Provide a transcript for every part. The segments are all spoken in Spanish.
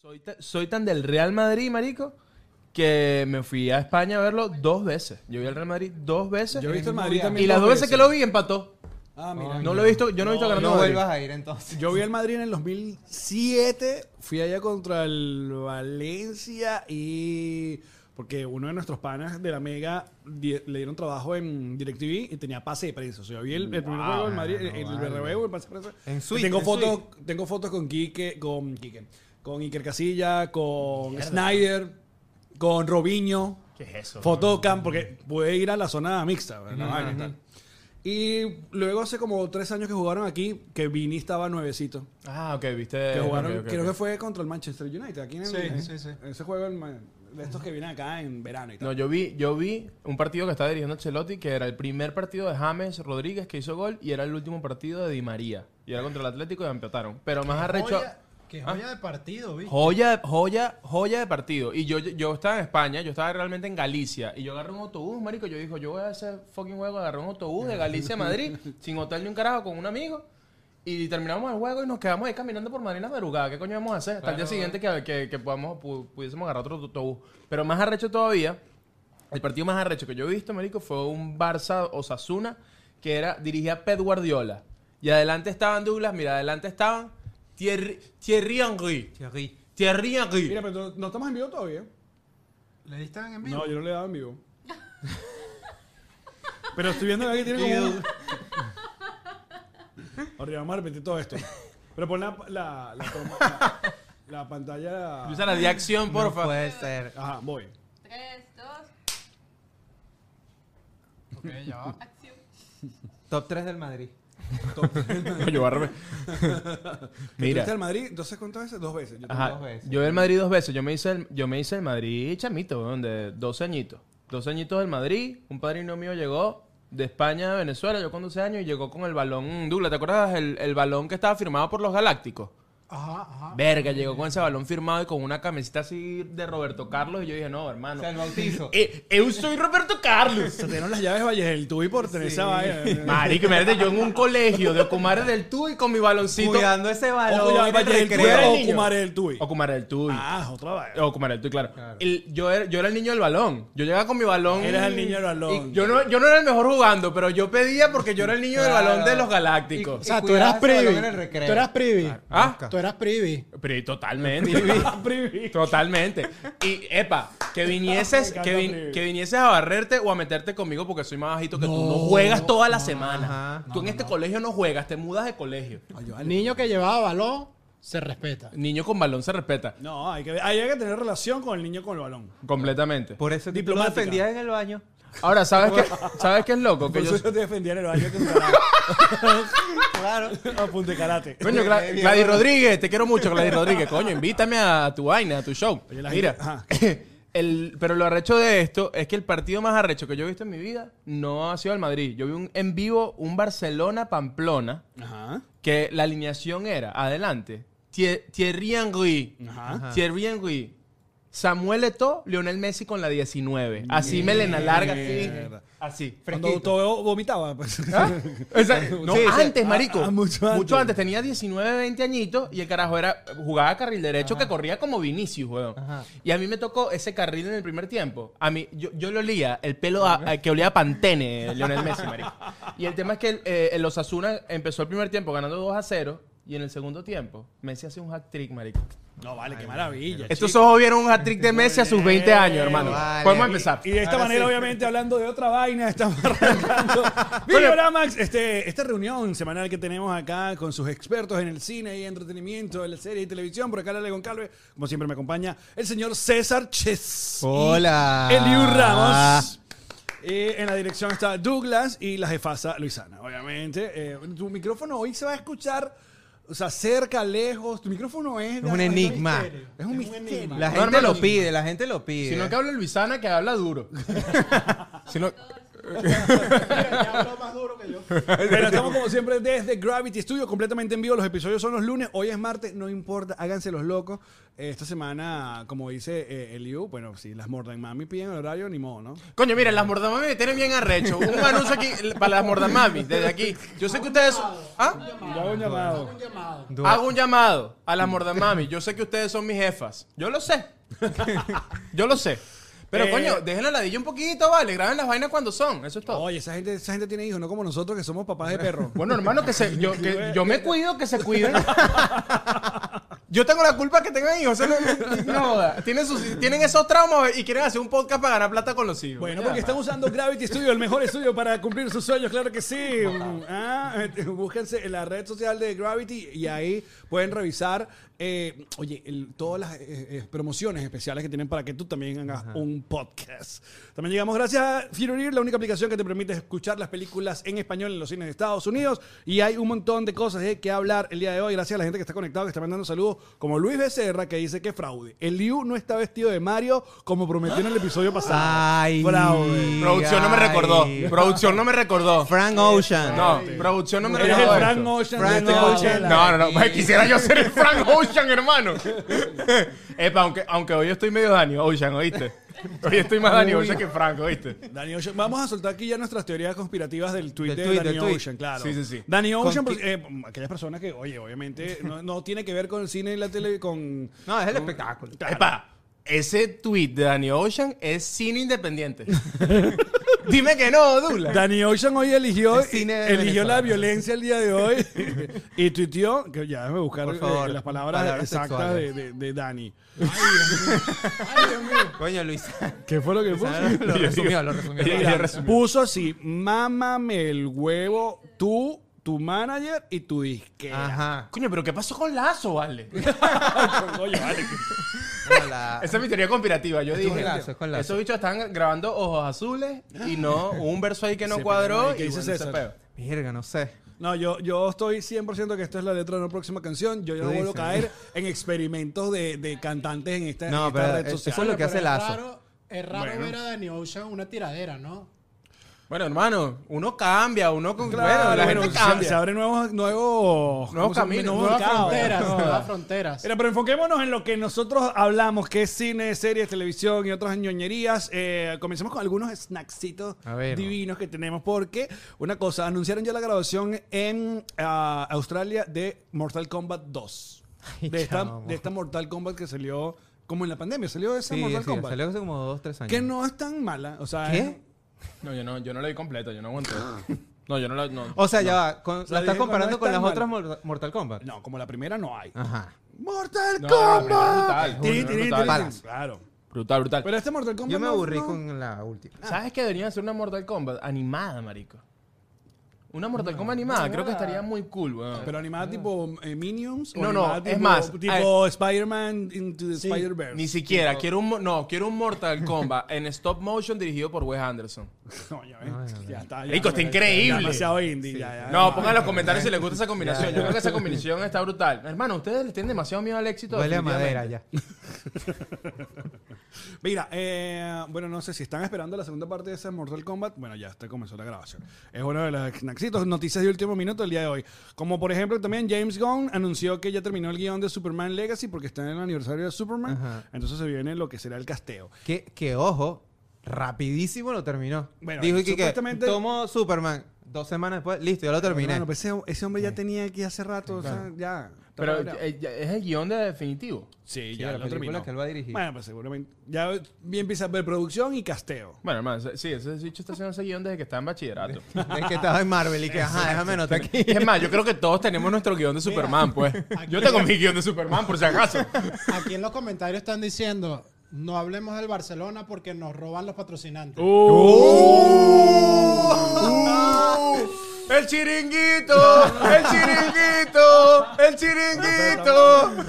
Soy, ta- soy tan del Real Madrid, marico, que me fui a España a verlo dos veces. Yo vi al Real Madrid dos veces. Yo he visto el ningún Madrid día. también. y las dos veces que lo vi. vi empató. Ah, mira. No lo he visto, yo no, he visto ganar No a Madrid. vuelvas a ir entonces. Yo vi el Madrid en el 2007, fui allá contra el Valencia y... Porque uno de nuestros panas de la Mega di- le dieron trabajo en DirecTV y tenía pase de prensa. O sea, yo vi el, el primer juego del Madrid, el, el Bernabéu, el pase de prensa. En suite, Pues tengo, en fotos, tengo fotos con Quique, con Quique, con Iker Casilla, con Snyder, con Robinho. ¿Qué es eso? Fotocam, porque puede ir a la zona mixta. ¿verdad? y, tal. Y luego hace como tres años que jugaron aquí, que Vini estaba nuevecito. Ah, ok, viste. Que ok, jugaron, ok, creo ok. que fue contra el Manchester United. Aquí en el- Sí, en- sí, sí. Ese juego el ma- de estos que vienen acá en verano y No, tal. yo vi, yo vi un partido que estaba dirigiendo Ancelotti que era el primer partido de James Rodríguez que hizo gol y era el último partido de Di María. Y era contra el Atlético y empataron. Pero más arrecho. Joya- Que ¿Ah? joya de partido, ¿viste? Joya, joya, joya de partido. Y yo, yo estaba en España, yo estaba realmente en Galicia. Y yo agarré un autobús, marico. Yo dijo, yo voy a hacer fucking juego. Agarré un autobús de Galicia a Madrid, sin hotel ni un carajo, con un amigo. Y terminamos el juego y nos quedamos ahí caminando por Madrid en la madrugada. ¿Qué coño vamos a hacer? Hasta el día siguiente que, que, que podamos, pu- pudiésemos agarrar otro autobús. Pero más arrecho todavía, el partido más arrecho que yo he visto, marico, fue un Barça-Osasuna que era, dirigía Pep Guardiola. Y adelante estaban Douglas, mira, adelante estaban Thierry, Thierry Henry. Thierry. Thierry Henry. Mira, pero no- no estamos en vivo todavía. ¿Le diste en vivo? No, yo no le he dado en vivo. pero estoy viendo que tiene como... un- Ahorita vamos a repetir todo esto. Pero pon la, la, la, toma- la- la pantalla... Luisa, la di acción, No porfa. puede ser. Ajá, voy. Tres, dos, Ok, ya va. acción. Top 3 del Madrid. Coño, bárbame. Mira. Mira. al Madrid? Entonces, ¿cuántas veces? Dos veces. Yo tengo- Ajá. dos veces. Yo el Madrid dos veces. Yo me hice el, yo me hice el Madrid chamito, weón, de 12 añitos. 12 añitos del Madrid. Un padrino mío llegó de España a Venezuela, yo con 12 años, y llegó con el balón. Douglas, ¿te acuerdas el, el balón que estaba firmado por los Galácticos? Ajá, Ah. ajá. Verga, llegó con ese balón firmado y con una camiseta así de Roberto Carlos. Y yo dije, no, O hermano. sea, el bautizo. Eh, yo soy Roberto Carlos. Se te dieron las llaves Valles del Tuy por tener esa vaina. Marico, imagínate yo en un colegio de Ocumares del Tuy con mi baloncito. Cuidando ese Ojo, balón. ya en Valles del el Tuy recreo. Cuidado. o niño. Kumare del Tuy. Ocumares del Tuy. Ah, es otra vaina. Ocumares del Tuy, claro. Claro. El- yo, era, yo era el niño del balón. Yo llegaba con mi balón. Eras el niño del balón. Y yo, no, yo no era el mejor jugando, pero yo pedía porque yo era el niño del Claro. balón de los Y- Galácticos. O sea, y tú cuidabas eras ese balón privy. en el recreo. Tú eras privy. ¿Ah? Tú eras privy. Pero totalmente. Ah, totalmente. Y, epa, que vinieses, Me que, vin- encanta, que vinieses a barrerte o a meterte conmigo porque soy más bajito que tú. No juegas toda la semana. Ajá. tú en este colegio no juegas, te mudas de colegio. El niño que llevaba balón se respeta. Niño con balón se respeta. No, hay que, hay que tener relación con el niño con el balón. Completamente. Por eso tú lo Diplomática. defendías en el baño. Ahora, ¿sabes qué, ¿sabes qué es loco? Que Por yo, Pues eso yo te defendía en el baño con karate. Claro. Apunte karate. Coño, Gla- eh, Bien, bien, Gladys bueno. Rodríguez, te quiero mucho, Gladys Rodríguez. Coño, invítame a tu vaina, a tu show. Oye, la Mira, gente- ajá. el, pero lo arrecho de esto es que el partido más arrecho que yo he visto en mi vida no ha sido el Madrid. Yo vi un, en vivo un Barcelona-Pamplona Ajá. que la alineación era, adelante, Thie- Thierry Henry, Ajá. Thierry Henry, Samuel Eto'o, Lionel Messi con la 19. Así, melena larga, así. Mierda. Así. Cuando todo vomitaba, pues. ¿Ah? O sea, no, Sí, sí. antes, Ah, marico. ah, mucho, mucho antes. antes. Tenía 19, 20 añitos y el carajo era jugaba carril derecho que corría como Vinicius, weón. Ajá. Y a mí me tocó ese carril en el primer tiempo. A mí, yo, yo le olía el pelo a- a que olía a Pantene, eh, Lionel Messi, marico. Y el tema es que el, eh, el Osasuna empezó el primer tiempo ganando 2 a 0 y en el segundo tiempo Messi hace un hat-trick, marico. No, vale, qué maravilla. Este Estos chico. ojos vieron un hat-trick de Messi a sus 20 años, hermano. Vale. Podemos empezar. Y de esta Ahora manera, sí. obviamente, hablando de otra vaina, estamos arrancando. Videora Max, este, esta reunión semanal que tenemos acá con sus expertos en el cine y entretenimiento, en la serie y televisión, por acá la Legon Calve, como siempre me acompaña el señor César Ches. y Hola. Eliu Ramos. Y en la dirección está Douglas y la jefasa Luisana, obviamente. Eh, tu micrófono hoy se va a escuchar, o sea, cerca, lejos. Tu micrófono es... un enigma. Es un misterio. No, La gente hermano, lo pide, la gente lo pide. Si no que habla Luisana, que habla duro. si no, Mira, ya habló más duro que yo. Pero estamos como siempre desde Gravity Studio, completamente en vivo. Los episodios son los lunes, hoy es martes, no importa, háganse los locos. Eh, Esta semana, como dice eh, Eliu, bueno, si las Mordan Mami piden el horario, ni modo, ¿no? Coño, miren, las mordamami me tienen bien arrecho. Un anuncio aquí para las mordamami, desde aquí. Yo sé que ustedes. son- ¿Ah? Yo hago un llamado. Un llamado. Hago un llamado a las mordamami. Yo sé que ustedes son mis jefas. Yo lo sé. Yo lo sé. Pero Eh, coño, dejen la ladilla un poquito, vale. Graben las vainas cuando son. Eso es todo. Oye, esa gente, esa gente tiene hijos, no como nosotros que somos papás de perro. Bueno, hermano, que se, yo, que yo me cuido, que se cuiden. Yo tengo la culpa que tengan hijos. eso No, no joda. tienen, sus- tienen esos traumas y quieren hacer un podcast para ganar plata con los hijos. Bueno, Ya. porque están usando Gravity Studio, el mejor estudio para cumplir sus sueños, claro que sí. Ah, búsquense en la red social de Gravity y ahí pueden revisar, eh, oye, el- todas las eh, eh, promociones especiales que tienen para que tú también hagas un podcast. También llegamos gracias a Fury, la única aplicación que te permite escuchar las películas en español en los cines de Estados Unidos. Y hay un montón de cosas de que hablar el día de hoy. Gracias a la gente que está conectada, que está mandando saludos, como Luis Becerra, que dice que fraude. El Liu no está vestido de Mario como prometió en el episodio pasado. Ay. Fraude. eh. Producción no me recordó. ay. Producción no me recordó. Frank Ocean. No, producción no me Eres el recordó. Frank esto. Ocean. Frank de este Ocean. coche. No, no, no. pues, Quisiera yo ser el Frank Ocean, hermano. Epa, aunque, aunque hoy estoy medio Danny Ocean, ¿oíste? Hoy estoy más Danny Ocean que Frank, ¿oíste? Danny Ocean. Vamos a soltar aquí ya nuestras teorías conspirativas del tweet Del de tweet, Danny del tweet. Ocean, claro. Sí, sí, sí. Danny Con Ocean, ti- pues, eh, aquellas personas que, oye, obviamente no, no tiene que ver con el cine y la tele, con... No, es el espectáculo. Epa, ese tweet de Danny Ocean es cine independiente. Dime que no, Douglas. Danny Ocean hoy eligió, El cine de eligió Venezuela. la violencia el día de hoy y tuiteó, que ya déjame buscar Por eh, favor, las palabras, palabras exactas de, sexuales. de, de Danny. Coño, Luis. ¿Qué fue lo que puso? Lo resumió, lo resumió. Yo- Mira, yo resumí. puso así, mámame el huevo tú, tu manager y tu disquera. Ajá. Coño, pero ¿qué pasó con Lazo, vale? Oye, vale, que- Hola. Esa es mi teoría conspirativa. Yo Es dije, con Lazo, es con Lazo. esos bichos están grabando Ojos Azules y no, hubo un verso ahí que no Sí, pero, cuadró ¿y qué y dice bueno, ese César? peo. Mierda, no sé. No, yo, yo estoy 100% que esta es la letra de una próxima canción. Yo ya no Tú vuelvo a dices. caer en experimentos de, de cantantes en esta, No, en esta pero red eso social. es lo que Pero hace es Lazo. raro- Es raro Bueno. ver a Danny Ocean en una tiradera, ¿no? Bueno, hermano, uno cambia, uno con... bueno, la Claro, bueno, gente se, cambia. se abren nuevos, nuevos, ¿cómo se llama? caminos, nuevos Nuevas mercados. fronteras, No. nuevas fronteras. Mira, pero enfoquémonos en lo que nosotros hablamos, que es cine, series, televisión y otras ñoñerías. Eh, comencemos con algunos snacksitos A ver. divinos que tenemos, porque una cosa, anunciaron ya la grabación en ah, Australia de Mortal Kombat 2. Ay, de, esta, chamo. de esta Mortal Kombat que salió como en la pandemia, salió esa Sí, Mortal sí, Kombat. salió hace como dos, tres años. Que no es tan mala, o sea... es- ¿Qué? No, yo no, yo no lo vi completo, yo no aguanté. No, yo no lo... No. O sea, ya va. con- sea, la estás dije, comparando no con es las tan otras malo. Mor- Mortal Kombat. No, como la primera no hay. Ajá. ¡Mortal No, la primera es brutal, Kombat! la Tin, primera es tin, brutal. tin, Palas. Claro. Brutal, brutal. Pero este Mortal Kombat Yo me no- aburrí no- con la última. ¿Sabes que deberían hacer una Mortal Kombat animada, marico? Una Mortal Kombat animada, creo que estaría muy cool, weón. Pero animada tipo eh, Minions. o No, no, animada es tipo, más, Tipo Spider-Man Into the Spider-Verse. Ni siquiera, quiero un, mo- no, quiero un Mortal Kombat en stop motion dirigido por Wes Anderson. No, ya ves, ya está. ya, Rico, está ya, increíble. Demasiado indie. ya, ya, No, ya. pongan en los comentarios si les gusta esa combinación. Yo creo que esa combinación está brutal. Hermano, ustedes le tienen demasiado miedo al éxito. Huele a definitivamente. madera ya. Mira, eh, bueno, no sé si están esperando la segunda parte de esa Mortal Kombat. Bueno, ya está, comenzó la grabación. Es uno de los snacksitos, noticias de último minuto del día de hoy. Como por ejemplo, también James Gunn anunció que ya terminó el guión de Superman Legacy porque está en el aniversario de Superman. Ajá. Entonces se viene lo que será el casteo. Que, que ojo, rapidísimo lo terminó. Bueno, Dijo que, que supuestamente- tomó Superman. Dos semanas después, listo, ya lo terminé. Hermano, pues ese, ese hombre ya tenía aquí hace rato, o sea, ya. Pero eh, ya- es el guión de definitivo. Sí, Sí, ya la lo película terminó. que él va a dirigir. Bueno, pues seguramente. Ya bien empieza a ver producción y casteo. Bueno, hermano, se- sí, ese bicho está haciendo ese guión desde que está en bachillerato. Es que estaba en Marvel y que, ajá, déjame anotar aquí. Y es más, yo creo que todos tenemos nuestro guión de Superman, pues. Yo tengo mi guión de Superman, por si acaso. Aquí en los comentarios están diciendo, no hablemos del Barcelona porque nos roban los patrocinantes. Uh. Uh. ¡Oh! ¡Oh! Uh. ¡El chiringuito! ¡El chiringuito! ¡El chiringuito!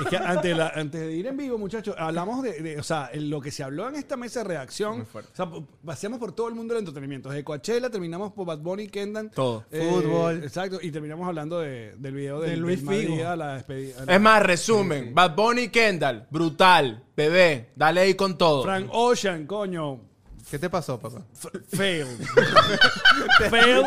Es que antes, de la- antes de ir en vivo, muchachos, hablamos de, de- o sea, en lo que se habló en esta mesa de reacción. O sea, po- paseamos por todo el mundo del entretenimiento. Desde Coachella terminamos por Bad Bunny, Kendan. Todo. Fútbol. Exacto. Y terminamos hablando de- del video De del, Luis del Madrid Figo. a la despedida. a la- Es más, resumen. Bad Bunny y Kendall. Brutal. Bebé. Dale ahí con todo. Frank Ocean, coño. ¿Qué te pasó, papá? F- Fail. fail.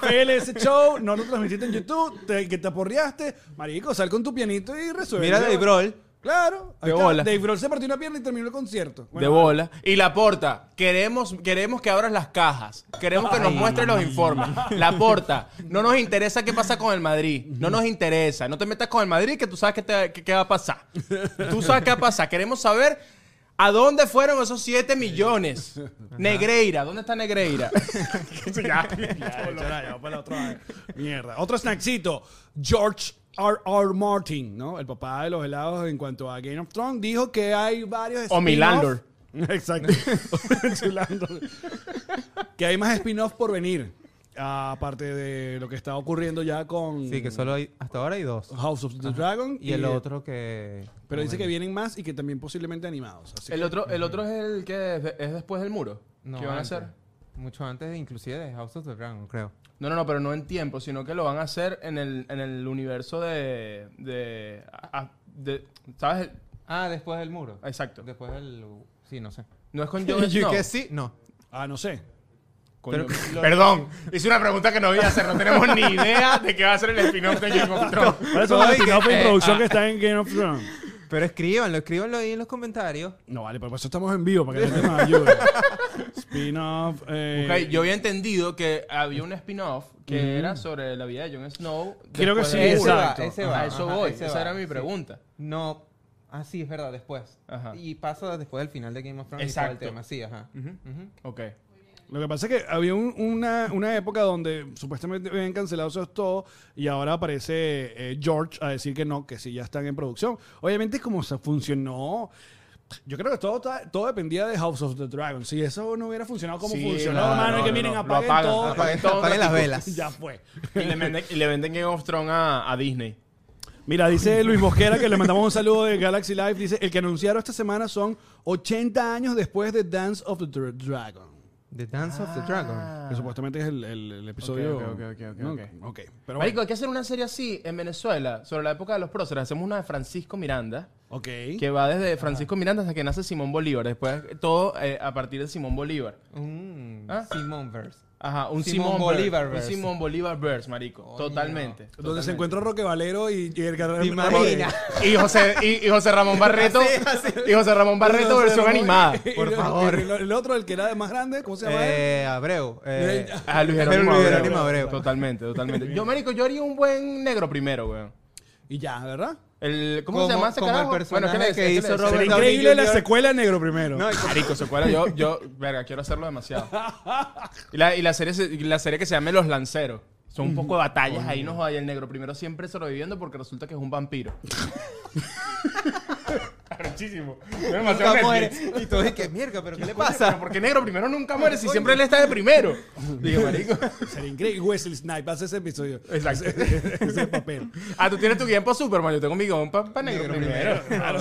Fail ese show. No lo transmitiste en YouTube. te- que te aporreaste. Marico, sal con tu pianito y resuelve. Mira Dave Grohl. Claro. ahí De está. bola. Dave Grohl se partió una pierna y terminó el concierto. de bola. Y la porta, queremos, queremos que abras las cajas. Queremos que nos muestres los informes. La porta, no nos interesa qué pasa con el Madrid. No nos interesa. No te metas con el Madrid que tú sabes qué, te- qué- qué va a pasar. Tú sabes qué va a pasar. Queremos saber a dónde fueron esos 7 millones. Negreira, ¿dónde está Negreira? ya, ya, ya, ya, para la otra vez. Mierda. Otro snackcito. George R. R. Martin, ¿no? El papá de los helados en cuanto a Game of Thrones, dijo que hay varios O Milander. spin-off. Exacto. Chulando. que hay más spin-off por venir. Aparte de lo que está ocurriendo ya con Sí, que solo hay, hasta ahora hay dos. House of the Dragon. Y el otro que... Pero dice que vienen más y que también posiblemente animados. Así El que- otro, el otro es el que es, es después del muro. No, ¿Qué van a antes. hacer? Mucho antes, de- inclusive de House of the Dragon, creo. No, no, no, pero no en tiempo, sino que lo van a hacer en el, en el universo de, de, a- a- de- ¿Sabes? Ah, después del muro. Exacto. Después del... Sí, no sé. No es con Jon ¿Y Snow. que sí? No. Ah, no sé. Con Jon- Perdón, hice una pregunta que no voy a hacer. No tenemos ni idea de qué va a ser el spin-off de Game of Thrones. Por eso Ay, es la que- producción que eh, ah. está en Game of Thrones. Pero escríbanlo, escríbanlo ahí en los comentarios. No, vale, pero por eso estamos en vivo, para que la gente nos ayude. Spin-off. eh, Ok, yo había entendido que había un spin-off que era sobre la vida de Jon Snow. Creo que después sí, del muro. exacto. va, ese Ajá, va, a eso ajá, voy, ese esa va, era mi sí. pregunta. No. Ah, sí, es verdad, después. Ajá. Y pasa después del final de Game of Thrones y Exacto. todo el tema. Sí, ajá. Ujú. Ok. Lo que pasa es que había un- una, una época donde supuestamente habían cancelado eso todo y ahora aparece eh, George a decir que no, que sí ya están en producción. Obviamente, como se funcionó. Yo creo que todo, está- todo dependía de House of the Dragon. Si eso no hubiera funcionado como Sí, funcionó, no, hermano, no, y que no, miren, no. Lo apaguen, apagan, todo. apagan. Apaguen, todo apaguen las gráfico. velas. Ya fue. Y le venden, y le venden Game of Thrones a, a Disney. Mira, dice Luis Mosquera que le mandamos un saludo de Galaxy Live. Dice: El que anunciaron esta semana son 80 años después de Dance of the Dra- Dragon. The Dance Ah. of the Dragon. Que supuestamente es el, el- el episodio. ok, ok, ok, ok, ¿no? ok. Ok, Pero bueno. Marico, hay que hacer una serie así en Venezuela sobre la época de los próceres. Hacemos una de Francisco Miranda, Ok. que va desde Francisco Miranda hasta que nace Simón Bolívar. Después eh, todo eh, a partir de Simón Bolívar. Un ¿Ah? Mm. Simón Verse. Ajá, un Simón Simón, Bolívar Bolívar. Un verse. Simón Bolívar verse, marico. Coño. totalmente. Donde se totalmente. encuentra Roque Valero y, y el ¿Te imaginas? Y José, y, y José Ramón Barreto. Y José Ramón Barreto versión animada. Por favor. El, el otro, el que era más grande, ¿cómo se llama? él? Eh, Abreu. eh, Ah, Luis Pero Jerónimo Luis Abreu. Jerónimo Abreu. Totalmente, totalmente. Yo, marico, yo haría un buen negro primero, weón. Y ya, ¿verdad? El, ¿Cómo se Como- llama ese como el carajo? personaje ¿qué le decía? que ¿Qué le hizo decía? Robert Sería Downey increíble la Jr. secuela de Negro primero. No, y- Marico, ¿se acuerda? Yo, yo, verga, quiero hacerlo demasiado. Y la, y la serie, se- y la serie que se llama Los Lanceros. Son un poco de batallas ahí, no jodas. Y el negro primero siempre sobreviviendo porque resulta que es un vampiro. Arrechísimo. Es demasiado nunca muere. Netflix. Y tú dices, mierda, ¿pero qué le Coño, pasa? pero porque negro primero nunca muere si siempre él está de primero. Digo, marico. Sería increíble. Wesley Snipes hace ese episodio. Exacto. Ese papel. Ah, tú tienes tu guión para Superman. Yo tengo mi guión para negro, Negro primero.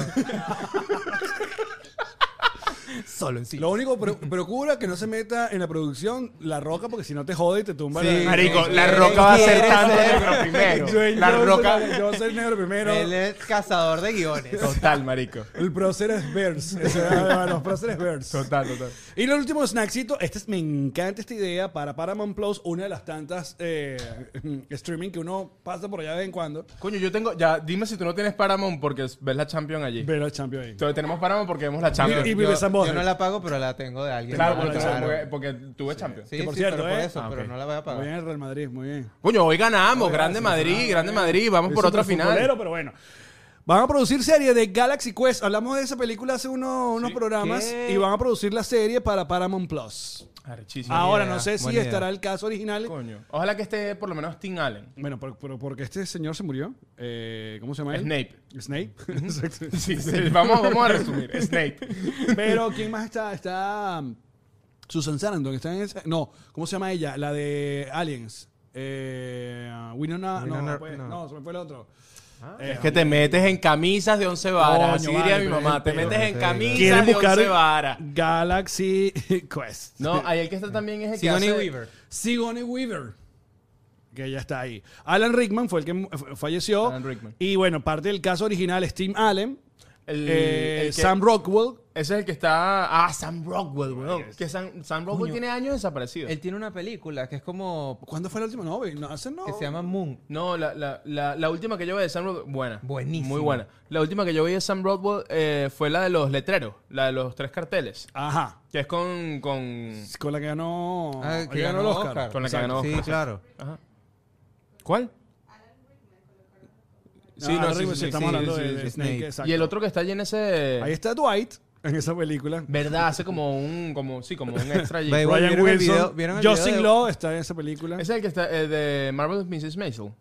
Solo en sí. Lo único, pro- procura que no se meta en la producción la roca, porque si no te jode y te tumba Sí. la. Marico, sí, la sí. roca va a ser Quiere tanto ser negro primero. Dwayne La Johnson, roca. Yo soy negro primero. Él es cazador de guiones. Total, marico. El prócer es verse. Ese era, Los próceres verse. Total, total. Y el último snackcito, este es- me encanta esta idea para Paramount Plus, una de las tantas eh, streaming que uno pasa por allá de vez en cuando. Coño, yo tengo. Ya, dime si tú no tienes Paramount porque ves la Champions allí. Pero el champion ahí. Entonces tenemos Paramount porque vemos la Champions. Y Yo- vive San Borja. Yo no la pago, pero la tengo de alguien. claro, más, porque, claro. porque- porque tuve Champions. Sí, Que por sí, cierto, pero por ¿eh? eso, Ah, pero ok. no la voy a Muy bien, pagar. el Real Madrid, muy bien. Coño, hoy ganamos. grande Madrid, grande Madrid. Vamos Es por otra final. superfutbolero, pero bueno. Van a producir serie de Galaxy Quest. Hablamos de esa película hace uno- unos programas ¿Qué? y van a producir la serie para Paramount Plus. Arrechísimo. Ahora idea, no sé si buena idea. estará el caso original. Coño. Ojalá que esté por lo menos Tim Allen. Bueno, pero, pero porque este señor se murió. Eh, ¿Cómo se llama? él? Snape. Snape. Exacto. Sí, sí, Vamos, vamos a resumir. Snape. Pero ¿quién más está? Está um, Susan Sarandon. Está en esa- no, ¿cómo se llama ella? La de Aliens. Eh, Winona, Winona- no, pues, no. no. se me fue el otro. Eh, Ah, Es que te metes en camisas de once varas. Coño, Así diría vale, mi pero mamá. es Te el peor, metes es en el peor. camisas Quieren de buscar once varas. Galaxy Quest. No, ahí el que está también es el que Sigourney hace- Weaver. Sigourney Weaver. Que ya está ahí. Alan Rickman fue el que mu- f- falleció. Alan Rickman. Y bueno, parte del caso original es Tim Allen, El, eh, el que- Sam Rockwell, Ese es el que está. Ah, Sam Rockwell, weón. Que Sam, Sam Rockwell Coño. tiene años desaparecido. Él tiene una película que es como. ¿Cuándo fue la última? No, güey, no, hace no. que se llama Moon. No, la, la, la, la última que yo vi de Sam Rockwell. Buena. Buenísima. Muy buena. La última que yo vi de Sam Rockwell eh, fue la de los letreros, la de los tres carteles. Ajá. Que es con. con... Con la que ganó. Ah, que ganó el Oscar. Con la que ganó Sí, Oscar. claro. Ajá. ¿Cuál? Sí, Ah, no, Rick, sí, sí, si sí, estamos sí, hablando sí, de, sí, de sí, Snake. Snake. exacto. Y el otro que está allí en ese. Ahí está Dwight en esa película. ¿Verdad? Hace como un. Como, sí, como un extra allí. Ese Babe. Igual Ryan vieron el Wilson. video- vieron el Justin video de- Law está en esa película. es el que está. eh, de Marvelous Mrs. Maisel.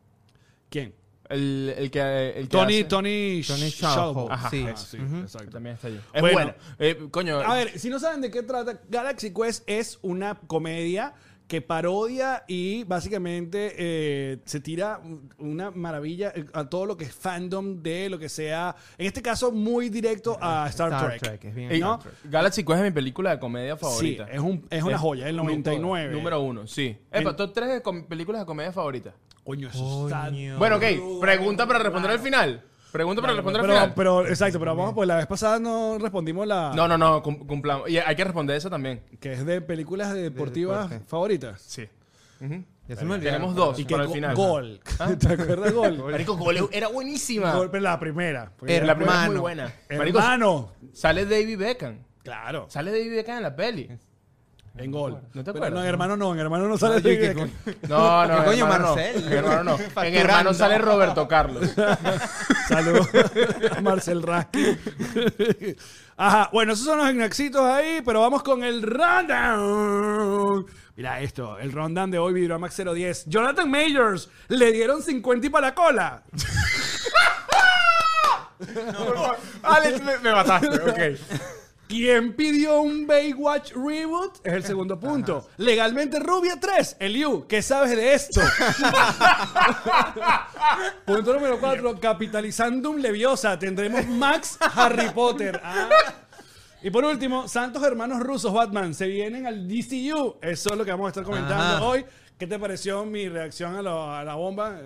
¿Quién? El, el que. El que Tony, hace- Tony, Tony Shalhoub. Shalhoub. Ajá, Sí. ah, sí, que exacto. También está allí. Es Bueno. bueno. Eh, coño. A ver, si no saben de qué trata, Galaxy Quest es una comedia que parodia y básicamente eh, se tira un- una maravilla eh, a todo lo que es fandom de lo que sea, en este caso muy directo a Star, Star Trek. Trek, es bien Ey, ¿no? Galaxy Quest es mi película de comedia Sí, favorita. es, un- es una Es joya, el número- 99. Número uno, sí. Epa, top tres de com- películas de comedia favoritas. Coño, eso está... Coño. Bueno, ok. Pregunta para responder al final. Pregunta para responder al Pero, final. pero, exacto, pero vamos, pues la vez pasada no respondimos la... No, no, no, cum- cumplamos. Y hay que responder esa también. Que es de películas deportivas deporte. favoritas. Sí. Ya se me olvidaron. Tenemos dos Y que para el go- final. Gol. ¿Te acuerdas Gol? Marico, Gol era buenísima. Gol, pero la primera. Porque La primera es muy Hermano. buena. Marico, Hermano. sale David Beckham. Claro. Sale David Beckham en la peli. En gol. ¿No te Pero acuerdas? Ah, No, en hermano no. En hermano no sale. Oye, de- qué coño. No, no, ¿Qué coño, hermano, Marcel? No. En hermano no. En Facturando. hermano sale Roberto Carlos. Saludos a Marcel Raskin. Ajá. Bueno, esos son los ignaxitos ahí, pero vamos con el rundown. Mira esto, el rundown de hoy, Videomax 010. Jonathan Majors, le dieron 50 y para la cola. Alex, me, me mataste, ok. ¿Quién pidió un Baywatch reboot? Es el segundo punto. Legalmente Rubia 3. Eliu, ¿qué sabes de esto? punto número 4. Capitalizandum Leviosa. Tendremos Max Harry Potter. Ah. Y por último, Santos Hermanos Rusos Batman. Se vienen al DCU. Eso es lo que vamos a estar comentando Ajá. hoy. ¿Qué te pareció mi reacción a, lo- a la bomba?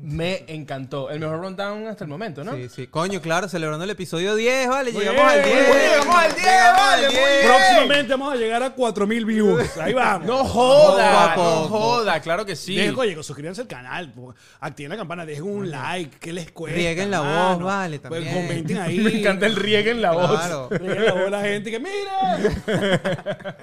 Me encantó. El mejor rundown hasta el momento, ¿no? Sí, sí. Coño, claro, celebrando el episodio 10, vale. Muy Llegamos al bien. 10. Muy bien, llegamos al 10, vale, muy bien. Próximamente vamos a llegar a 4.000 views. Ahí vamos. No joda, Poco a no poco. joda, claro que sí. Dejen, oye, suscríbanse al canal, po- activen la campana, dejen un like, ¿qué les cuesta? Rieguen la voz, mano? vale, Pues también. comenten ahí. Me encanta el riegue en la voz. Claro. Rieguen la voz a la gente que, mira.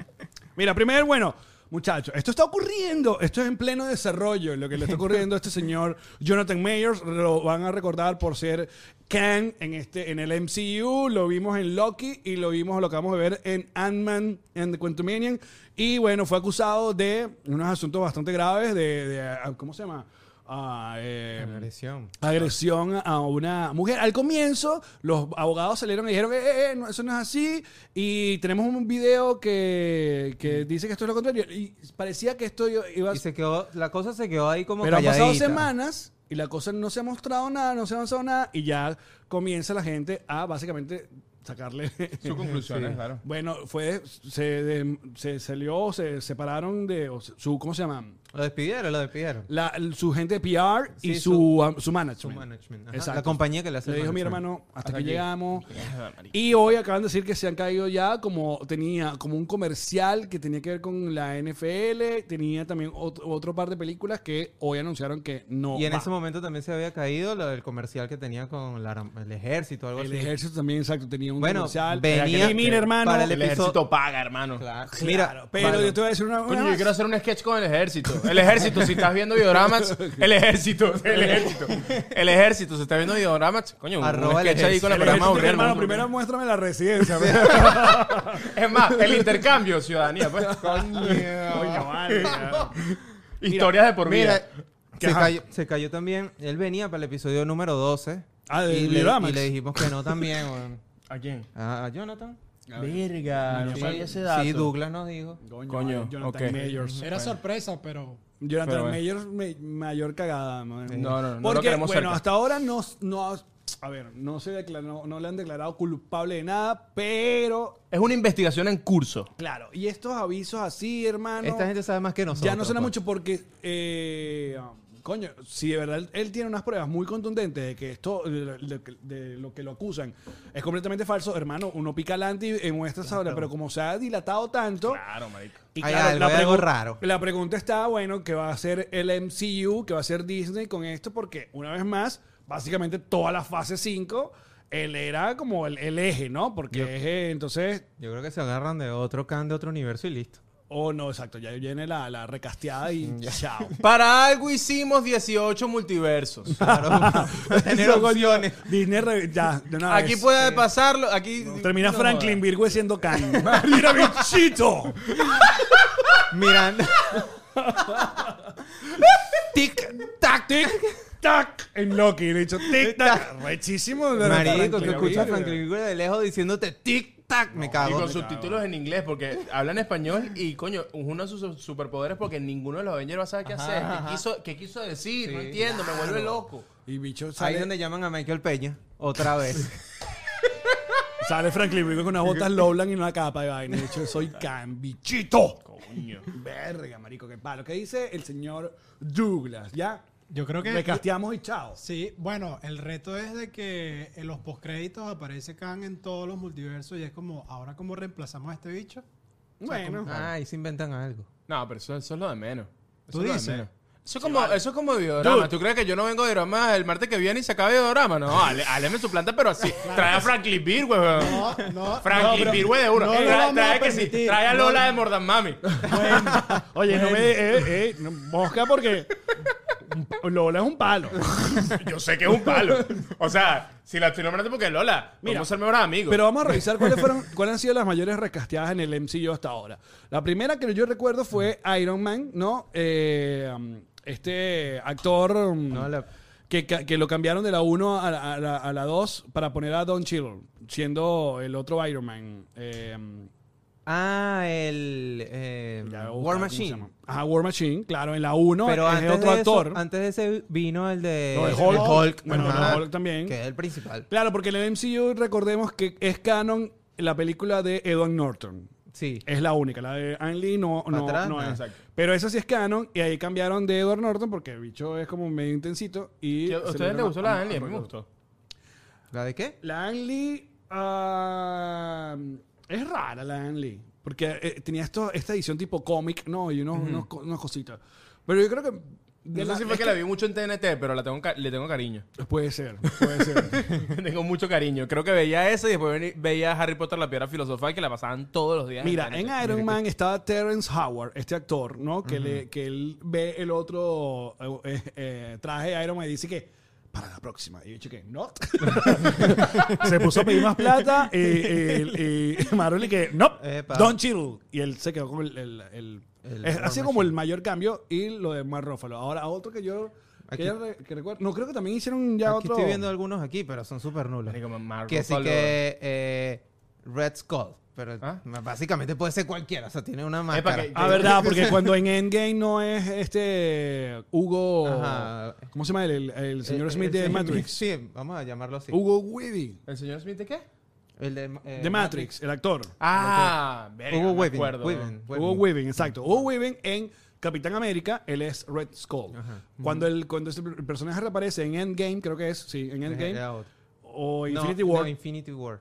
mira, primero, bueno, muchachos, esto está ocurriendo, esto es en pleno desarrollo, lo que le está ocurriendo a este señor Jonathan Mayers, lo van a recordar por ser Kang en, este, en el MCU, lo vimos en Loki y lo vimos, lo acabamos de ver en Ant-Man and the Quantumanian, y bueno, fue acusado de unos asuntos bastante graves, de, de- ¿cómo se llama? Ah, eh, Agresión. agresión a una mujer. Al comienzo, los abogados salieron y dijeron, eh, eh, eh, no, eso no es así. Y tenemos un video que, que dice que esto es lo contrario. Y parecía que esto iba a Mm. Y se quedó, la cosa se quedó ahí como pero han pasado calladita. semanas y la cosa no se ha mostrado nada, no se ha avanzado nada. Y ya comienza la gente a básicamente sacarle... Su conclusión, Sí. eh, claro. Bueno, fue, se, de- se salió, se separaron de o su, ¿cómo se llama? Lo despidieron, lo despidieron. La, su gente de PR y Sí, su, su- am- su management. Su management. ajá. Exacto. La compañía que le hace Le el dijo, mi management. hermano, hasta Hasta aquí aquí. llegamos. Mierda, marico. Y hoy acaban de decir que se han caído ya como tenía como un comercial que tenía que ver con la NFL, tenía también ot- otro par de películas que hoy anunciaron que no. Y en Oh, va. ese momento también se había caído lo del comercial que tenía con la aram- el ejército, algo el así. ejército también exacto tenía un Bueno, comercial. venía y mira, hermano, para El episodio- ejército paga, hermano. Claro. Mira, Mira, pero vale. yo te voy a decir una, una Coño, yo más. quiero hacer un sketch con el ejército. El ejército, si estás viendo videodramas, el ejército, el ejército. El ejército, si estás viendo videodramas, coño, un Arroba el sketch ahí ejército. con la El programa ejército, aburrido, hermano, hermano. primero muéstrame la residencia. güey. Es más, el intercambio, ciudadanía, pues. Coño, vale, ya. Historias de por vida. Mira, se cayó, se cayó también. Él venía para el episodio número 12. Ah, de y, le, Videoramax. y le dijimos que no también, weón. ¿A quién? A a Jonathan. Verga, no sabía ese dato. Sí, Douglas nos dijo. Coño, Coño, vale, Jonathan ok. Majors. Era sorpresa, pero Jonathan Pero bueno. Major, me- mayor cagada. No, No, no, no lo Porque, queremos bueno, cerca. hasta ahora no, no, a ver, no, se declaró, no le han declarado culpable de nada, pero, Es una investigación en curso. claro, y estos avisos así, hermano, Esta gente sabe más que nosotros. ya no suena pues. mucho porque eh, coño, si de verdad él tiene unas pruebas muy contundentes de que esto, de, de- de lo que lo acusan, es completamente falso, hermano, uno pica adelante y eh, muestra esa hora, pero como se ha dilatado tanto, Claro, marico. y Hay claro, algo, la hay algo pregu- raro. La pregunta está, bueno, ¿qué va a hacer el MCU? ¿Qué va a hacer Disney con esto? Porque, una vez más, básicamente toda la fase 5, él era como el, el eje, ¿no? Porque Yo- eje, entonces, Yo creo que se agarran de otro can de otro universo y listo. o no, exacto, ya viene la, la recasteada y chao. Para algo hicimos 18 multiversos. Claro, tener Eso, coño, opciones. Disney, re- ya, de una Aquí vez. puede pasarlo. Aquí Termina no Franklin joda. Virgüe siendo Kang. ¡Mira, bichito! Miranda. tic, tac, tic, tac. En Loki, de hecho, tic, tac. Rechísimo. de verdad. Marico, que Franklin escucha a Virgüe. Franklin Virgo de lejos diciéndote tic tac. me Y cago. con subtítulos en inglés, porque hablan español y, coño, uno de sus su- superpoderes porque ninguno de los Avengers sabe qué hacer. ¿Qué quiso, qué quiso decir? no Sí, entiendo, me vuelve loco. Y bicho sale, Ahí donde llaman a Michael Peña. Otra vez. sale Franklin Virgo con unas botas Lowland y una capa de vaina. De hecho, soy can bichito. Coño. Verga, marico, qué palo. ¿Qué dice el señor Douglas? ¿Ya? Yo creo Le casteamos y chao. Sí, bueno, el reto es de que en los postcréditos aparece Khan en todos los multiversos y es como, ¿ahora cómo reemplazamos a este bicho? Bueno. Ay, Ah, se inventan algo. No, pero eso, eso es lo de menos. Eso ¿Tú es lo de dices? menos. Eso es como, eso es como videorama. Dude. ¿Tú crees que yo no vengo de videorama el martes que viene y se acaba videorama? No, ale, aleme su planta, pero así. Trae a Franklin Beer, weón. No, no. Franklin Beer, güey, de uno. no lo trae, vamos a trae que sí, permitir. trae a No. Lola de Mordamami. Oye, no me. Eh, eh, no, mosca porque. un pa- Lola es un palo. Yo sé que es un palo. O sea, si la estoy nombrando porque es Lola, Mira, vamos a ser mejores amigos. Pero vamos a revisar cuáles fueron, cuáles han sido las mayores recasteadas en el MCU hasta ahora. La primera que yo recuerdo fue Iron Man, ¿no? Eh, um, este actor um, No, la- que, ca- que lo cambiaron de la 1 a la, a la- a la 2 para poner a Don Cheadle, siendo el otro Iron Man. Eh, um, Ah, el eh, ya voy a buscar War cómo se Machine. llama. Ajá, War Machine, claro, en la 1 Pero es antes, de otro de eso- actor. antes de ese vino el de Lo de el Hulk. Bueno, Bueno, lo de Hulk también. Que es el principal. Claro, porque en el MCU recordemos que es canon la película de Edward Norton. Sí. Es la única, la de Ang Lee no, ¿Para no, atrás? no Ah, es. exacto. Pero esa sí es canon y ahí cambiaron de Edward Norton porque el bicho es como medio intensito y... ¿A se le ustedes les dieron gustó la Annie? A mí Mark me Ruffalo. gustó. ¿La de qué? La Ang Lee... ah, es rara la Ang Lee porque eh, tenía esto, esta edición tipo cómic, ¿no? Y unos, unos co- unas cositas. Pero yo creo que... de No sé la- si fue es que la vi mucho en TNT, pero la tengo, ca- le tengo cariño. que- Puede ser, puede ser. tengo mucho cariño. Creo que veía esa y después veni- veía Harry Potter la piedra filosofal que la pasaban todos los días. Mira, en TNT. Iron Man estaba Terrence Howard, este actor, ¿no? Que, le, que él ve el otro eh, eh, traje de Iron Man y dice que para la próxima. Y yo dije que no. se puso a pedir más plata y, y, y Marvel y que no, Epa. Don Chill. Y él se quedó con el... el, el- El es- War ha sido como Machine. el mayor cambio y lo de Mark Ruffalo. Ahora, otro que yo... Que Aquí- ya re- que recuerdo. No, creo que también hicieron ya Aquí otro... estoy viendo algunos aquí, pero son súper nulos. Marico, Mark Que sí Ruffalo. que eh, Red Skull. Pero ¿Ah? básicamente puede ser cualquiera. O sea, tiene una Epa, máscara. que- Ah, verdad, porque cuando en Endgame no es este Hugo. Ajá. ¿Cómo se llama el, el- el señor Eh, Smith el de señor- Matrix? Sí, vamos a llamarlo así. Hugo Weaving. ¿El señor Smith de qué? El de, eh, De Matrix, el actor. Ah, verga, Hugo no me Weaving. acuerdo. Weaving, Hugo Weaving. Weaving, exacto. Hugo Weaving en Capitán América, él es Red Skull. Ajá. Cuando el, cuando ese personaje reaparece en Endgame, creo que es, sí, en Endgame, Era otro. o Eh, No, Infinity no, War, no, Infinity War.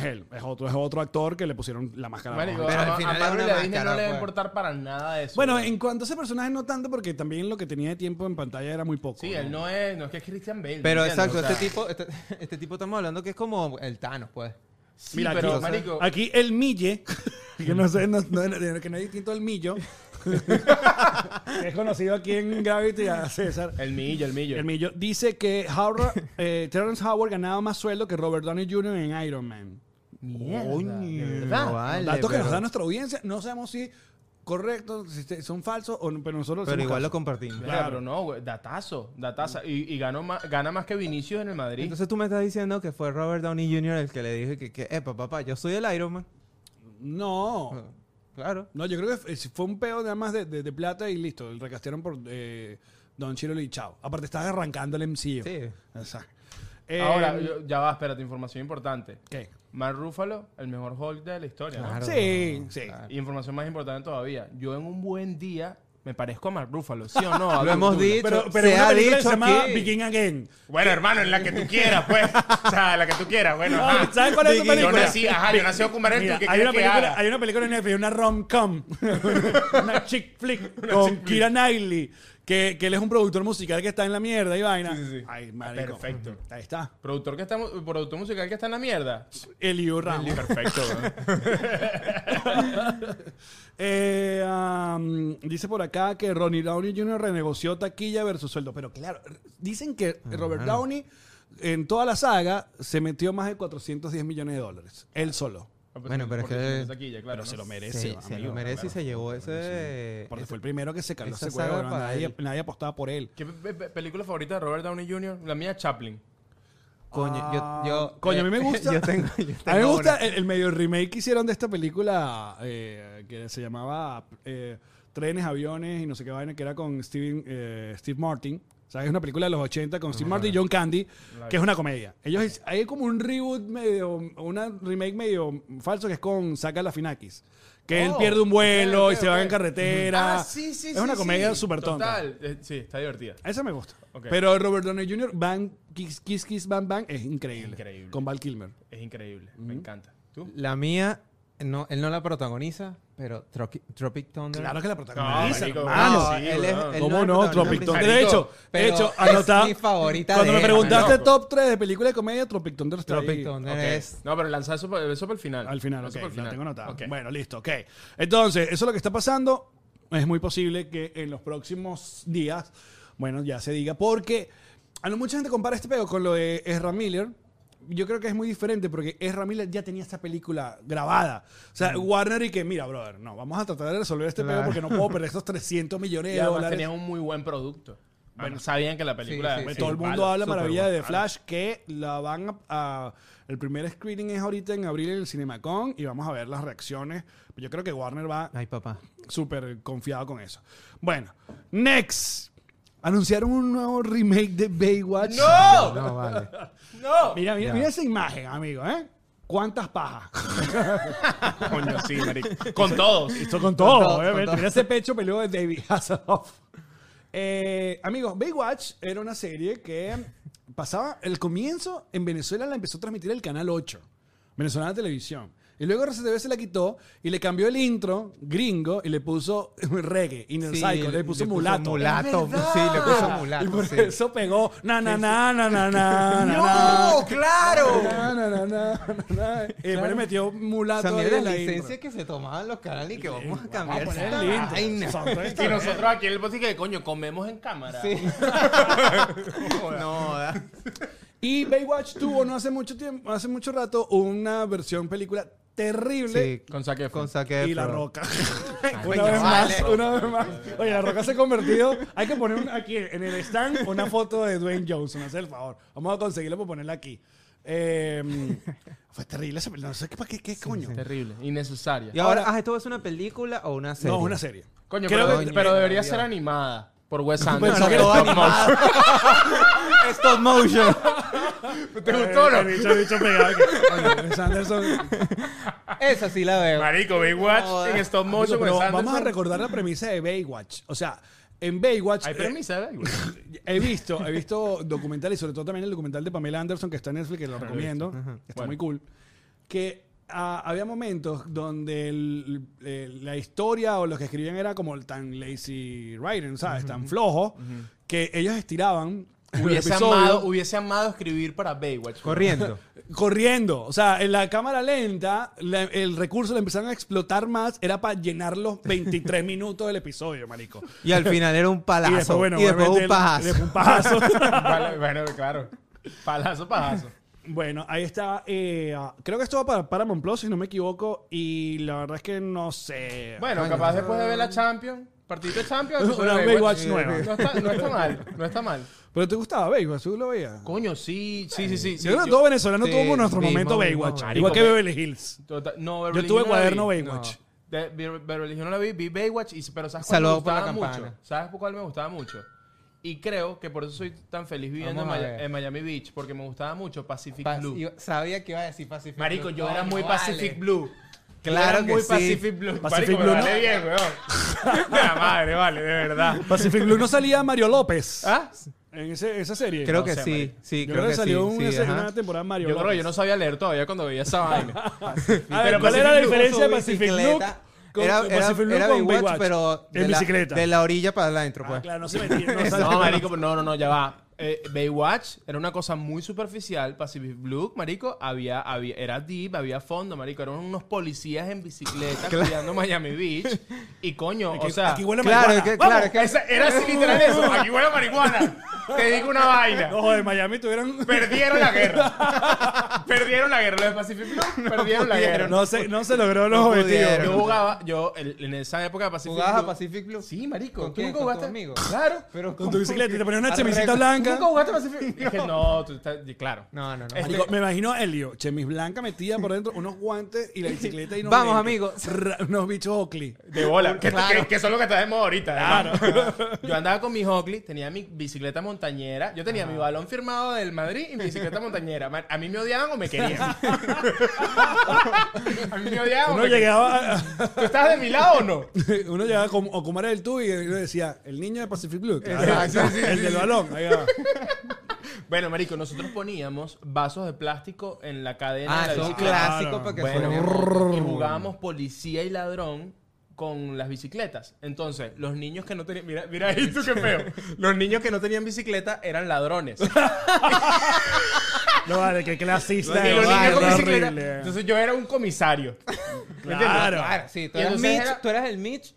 es él, es otro, es otro actor que le pusieron la máscara. Marico, roja. Pero al a- final a es Marvel una y a Disney máscara, no le va a pues. importar para nada eso. Bueno, güey. en cuanto a ese personaje no tanto, porque también lo que tenía de tiempo en pantalla era muy poco. Sí, él no es, no es que es Christian Bale. Pero ¿me entiendes? exacto, O sea, este tipo, este, este tipo estamos hablando que es como el Thanos, pues. Sí, Mira, pero aquí, marico, aquí el mille, que no sé, no- no- que no es distinto al millo, que es conocido aquí en Gravity a César. el millo, el millo. El millo dice que Howard, eh, Terrence Howard ganaba más sueldo que Robert Downey Jr. en Iron Man. Mierda, Coño, de verdad. no vale, Datos que pero- nos da nuestra audiencia, no sabemos si correctos, si te- son falsos o no, pero nosotros. Pero hacemos igual lo caso. compartimos. Verga, pero no, güey, datazo, datazo. Y, y ganó más, gana más que Vinicius en el Madrid. Entonces tú me estás diciendo que fue Robert Downey Jr. el que le dijo que, que epa, papá, yo soy el Iron Man. Ah. No. Claro. No, yo creo que f- fue un peo nada más de, de- de plata y listo. El recastearon por eh, Don Chiro y chao. Aparte, estaba arrancando el MCU. Sí. Exacto. Ahora, Eh, yo- ya va, espérate, información importante. ¿Qué? Mark Ruffalo, el mejor Hulk de la historia. ¿no? Claro. Sí, sí. Claro. Y información más importante todavía. Yo en un buen día Me parezco a Mark Ruffalo, ¿sí o no? Lo hemos dicho. Pero, pero se una ha película que dicho se llama aquí. Begin Again. Bueno, hermano, en la que tú quieras, pues. O sea, la que tú quieras, bueno. No, ajá. ¿Sabes cuál es tu Yo película? nací- ajá, yo nací Ocumare, Mira, ¿tú qué hay, quieres una que película, haga? hay una película en Netflix, una rom-com, una chick flick con Kira Knightley, que, que él es un productor musical que está en la mierda y vaina. Sí, sí, sí. Ay, marico. Perfecto. Ahí está. Productor que está, productor musical que está en la mierda. Elio Ramos. Perfecto. weón. Eh, am, dice por acá que Ronnie Downey Jr. renegoció taquilla versus sueldo. Pero claro, dicen que Robert Downey en toda la saga se metió más de 410 millones de dólares. Él solo. Bueno, pero es Porque que- es taquilla, claro, Pero se ¿no? lo merece. Se, amigo, se lo claro, merece y claro. se llevó ese. Porque ese- fue el primero que se caló Eh, esa ese huevo. saga ¿no? para Nadie, él. nadie apostaba por él. ¿Qué pe- pe- película favorita de Robert Downey Jr.? La mía, Chaplin. Coño, Ah, yo, yo. coño, a mí me gusta. yo tengo, yo A mí me tengo gusta una. el, el medio remake que hicieron de esta película eh, que se llamaba eh, Trenes, Aviones y no sé qué vaina, que era con Steven, eh, Steve Martin. O sea, es una película de los 80 con Steve Martin y John Candy, que es una comedia. Ellos hic- hay como un reboot medio, una remake medio falso que es con Saca la Finakis. Que él Oh, pierde un vuelo ok, y se ok, va en ok. carretera. Ah, sí, sí, Es sí, una sí. comedia súper tonta. Total. Eh, sí, está divertida. Esa me gusta. Ok. Pero Robert Downey Jr., Bang, Kiss Kiss Kiss Bang Bang es increíble. Increíble. Con Val Kilmer. Es increíble. Me encanta. ¿Tú? La mía, no, él no la protagoniza, pero Troqui- Tropic Thunder. Claro Ah, que la No, protagoniza, marico, hermano. no, sí, él es- weón. él ¿Cómo no? es protagonista Tropic Thunder. principal. De hecho, de Pero hecho, es anota. mi favorita Cuando de me él, preguntaste marico. top 3 de película de comedia, Tropic Thunder está Tropic ahí. Thunder Ok. es. No, pero lanza eso, pa- eso para el final. Al final, ok, Eso para el lo tengo anotado. Ok. Bueno, listo, ok. Entonces, eso es lo que está pasando. Es muy posible que en los próximos días, bueno, ya se diga, porque a lo mucha gente compara este pego con lo de Ezra Miller. Yo creo que es muy diferente porque Ezra Miller ya tenía esta película grabada. O sea, Warner y que, mira, brother, no, vamos a tratar de resolver este pego Claro. porque no puedo perder estos 300 millones Y de además eh, dólares. tenían un muy buen producto. Bueno, sabían que la película... Sí, sí, era- sí. Todo el mundo palo. habla súper maravilla bueno, de Flash, que la van a, a- El primer screening es ahorita en abril en el CinemaCon y vamos a ver las reacciones. Yo creo que Warner va Ay, papá. súper confiado con eso. Bueno, next. Anunciaron un nuevo remake de Baywatch. ¡No! No, vale. ¡No! Mira, mira, Ya. mira esa imagen, amigo, ¿eh? ¿Cuántas pajas? Coño, sí, marico. Con todos. Esto con todo, todo, obviamente. con todo. Mira ese pecho peludo de David Hasselhoff. Eh, amigos, Baywatch era una serie que pasaba. El comienzo en Venezuela la empezó a transmitir el canal 8, Venezolana Televisión. Y luego RCTV se la quitó y le cambió el intro gringo y le puso reggae, inner Sí, cycle, le puso mulato. Mulato. Sí, le puso mulato. Y por sí. eso pegó. Na, na, na, na, na, na, na, ¡No! ¡Claro! na, na, na, na, na. Y después le metió O mulato sea, mira ahí en la la intro. licencia que se tomaban los canales y que vamos a cambiar Vamos a esta ponerle intro. vaina. Exacto, ahí está. Y nosotros aquí en el podcast que, coño, comemos en cámara. Sí. no, da. Y Baywatch tuvo no hace mucho tiempo, hace mucho rato, una versión película terrible. Sí, Con Zac Efron. con Zac Y La Efron. Roca. una coño, vez vale. más, una vez más. Oye, La Roca se ha convertido. Hay que poner un- aquí en el stand una foto de Dwayne Johnson. Haz el favor. Vamos a conseguirla por ponerla aquí. Eh, fue terrible esa película. No sé qué, para qué, qué coño. Terrible. Innecesaria. Y ahora, ah, ¿esto es una película o una serie? No, una serie. Coño, Creo pero, que- pero debería Dios. ser animada por Wes Anderson. Pensaba que era Stop motion. Stop motion. ¿Te gustó o no? El bicho, el bicho pegado aquí. Oye, Wes Anderson. Esa sí la veo. Marico, Baywatch No, en stop motion. Pero Wes Anderson. vamos a recordar la premisa de Baywatch. O sea, en Baywatch. Hay eh, premisa, de Baywatch. He visto, he visto documentales y sobre todo también el documental de Pamela Anderson que está en Netflix, que lo recomiendo, que está Bueno. muy cool. Que ah, había momentos donde el- eh, la historia o los que escribían era como el tan lazy writing, ¿sabes? Tan flojo, que ellos estiraban los Hubiese episodios amado, hubiese amado escribir para Baywatch. Corriendo. corriendo. O sea, en la cámara lenta, la- el recurso lo empezaron a explotar más, era para llenar los 23 minutos del episodio, marico. Y al final era un Y palazo. Y después, obviamente, un pajazo. después un pajazo. Pala- bueno, claro. Palazo, palazo. Bueno, ahí está. eh, ah, creo que esto va para Paramount Plus, si no me equivoco. Y la verdad es que no sé. Bueno, Coño. capaz después de ver la Champions, partido de Champions, Una episodio de Baywatch Sí, nueva. No está, no está mal, no está mal. Pero te gustaba Baywatch, tú lo veías. Coño, sí, sí, sí, sí. sí, Yo creo que yo- todo venezolano sí, tuvo nuestro vimos, momento vimos, Baywatch. marico, Igual que ve- Beverly Hills. Total- no, Yo Beverly tuve Hills no la cuaderno vi. Baywatch. De- Be- Beverly Hills no la vi, vi Baywatch, y, pero ¿sabes cuál me Saludos por la gustaba mucho? campana. ¿Sabes por cuál me gustaba mucho? Y creo que por eso soy tan feliz viviendo en, Vamos a Maya- ver. en Miami Beach, porque me gustaba mucho Pacific Pa- Blue. yo sabía que iba a decir Pacific Marico, Blue. yo era Coño, muy vale. Pacific Blue. Claro que muy sí. Pacific Blue. Marico, Pacific me Blue, vale ¿no? bien, weón. La madre, vale, de verdad. Pacific Blue no salía Mario López ¿Ah? en ese- esa serie. Creo No que sé, sí, marico. sí, Yo creo que salió sí, una, sí, serie- ajá. una temporada de Mario Yo creo López. que yo no sabía leer todavía cuando veía esa vaina. A ver, Pero ¿cuál Pacific era la Blue diferencia de Con su Pacific Blue? bicicleta. con- Era, con era- Pacific Blue era con Baywatch, Baywatch? pero de en la, bicicleta. de la orilla para adentro, Ah, pues. claro, no se metía, no salía. No, marico, no, no, no, ya va. Eh, Baywatch era una cosa muy superficial. Pacific Blue, marico, había, había, era deep, había fondo, marico. Eran unos policías en bicicleta cuidando Miami Beach. Y coño, o sea... Aquí huele a Claro, marihuana. que- ¡Vamos! claro, que- Esa- era así literal eso. Aquí huele a marihuana. Te digo una vaina. No, de Miami tuvieron... Perdieron la guerra. perdieron la guerra. Los de Pacific Blue perdieron la guerra. No se, no se logró los No objetivos. pudieron. Yo jugaba, yo el- en esa época de Pacific ¿Jugabas a Blue- Pacific Blue? Sí, marico. ¿Con ¿Tú quién? nunca ¿Con tu jugaste? amigo? Claro. Pero Con tu bicicleta y te ponías una chemisita ¿Tú blanca. nunca jugaste Pacific Blue? Es que no, tú estás... y Claro. No, no, no. Este- Marico, me imagino a Helio, chemis blanca metida por dentro, unos guantes y la bicicleta y unos Vamos, lentes. Ra- unos bichos Oakley. De bola. Que, Claro. que- que son los que está de moda ahorita. Claro. Yo andaba con mi Hockley, tenía mi bicicleta montañera. Yo tenía mi balón firmado del Madrid y mi bicicleta montañera. Man, A mí me odiaban o me querían. a mí me odiaban o Uno me querían. llegaba, a- ¿Tú estás de mi lado o no? uno llegaba como, o como era el tú y uno decía, el niño de Pacific Blue. Claro. Exacto, sí, el del balón. Ahí va. Bueno, marico, nosotros poníamos vasos de plástico en la cadena de Ah, la son bicicleta. clásicos para que Bueno, suene. y jugábamos policía y ladrón con las bicicletas. Entonces, los niños que no tenían... Mira, mira ahí tú qué feo. Los niños que no tenían bicicleta eran ladrones. No, vale, qué clasista. Y de los niños barrio, con bicicleta. horrible. Entonces yo era un comisario. ¿Me entiendes? Claro. Claro, sí, tú Y eras, entonces Mitch, era- tú eras el Mitch,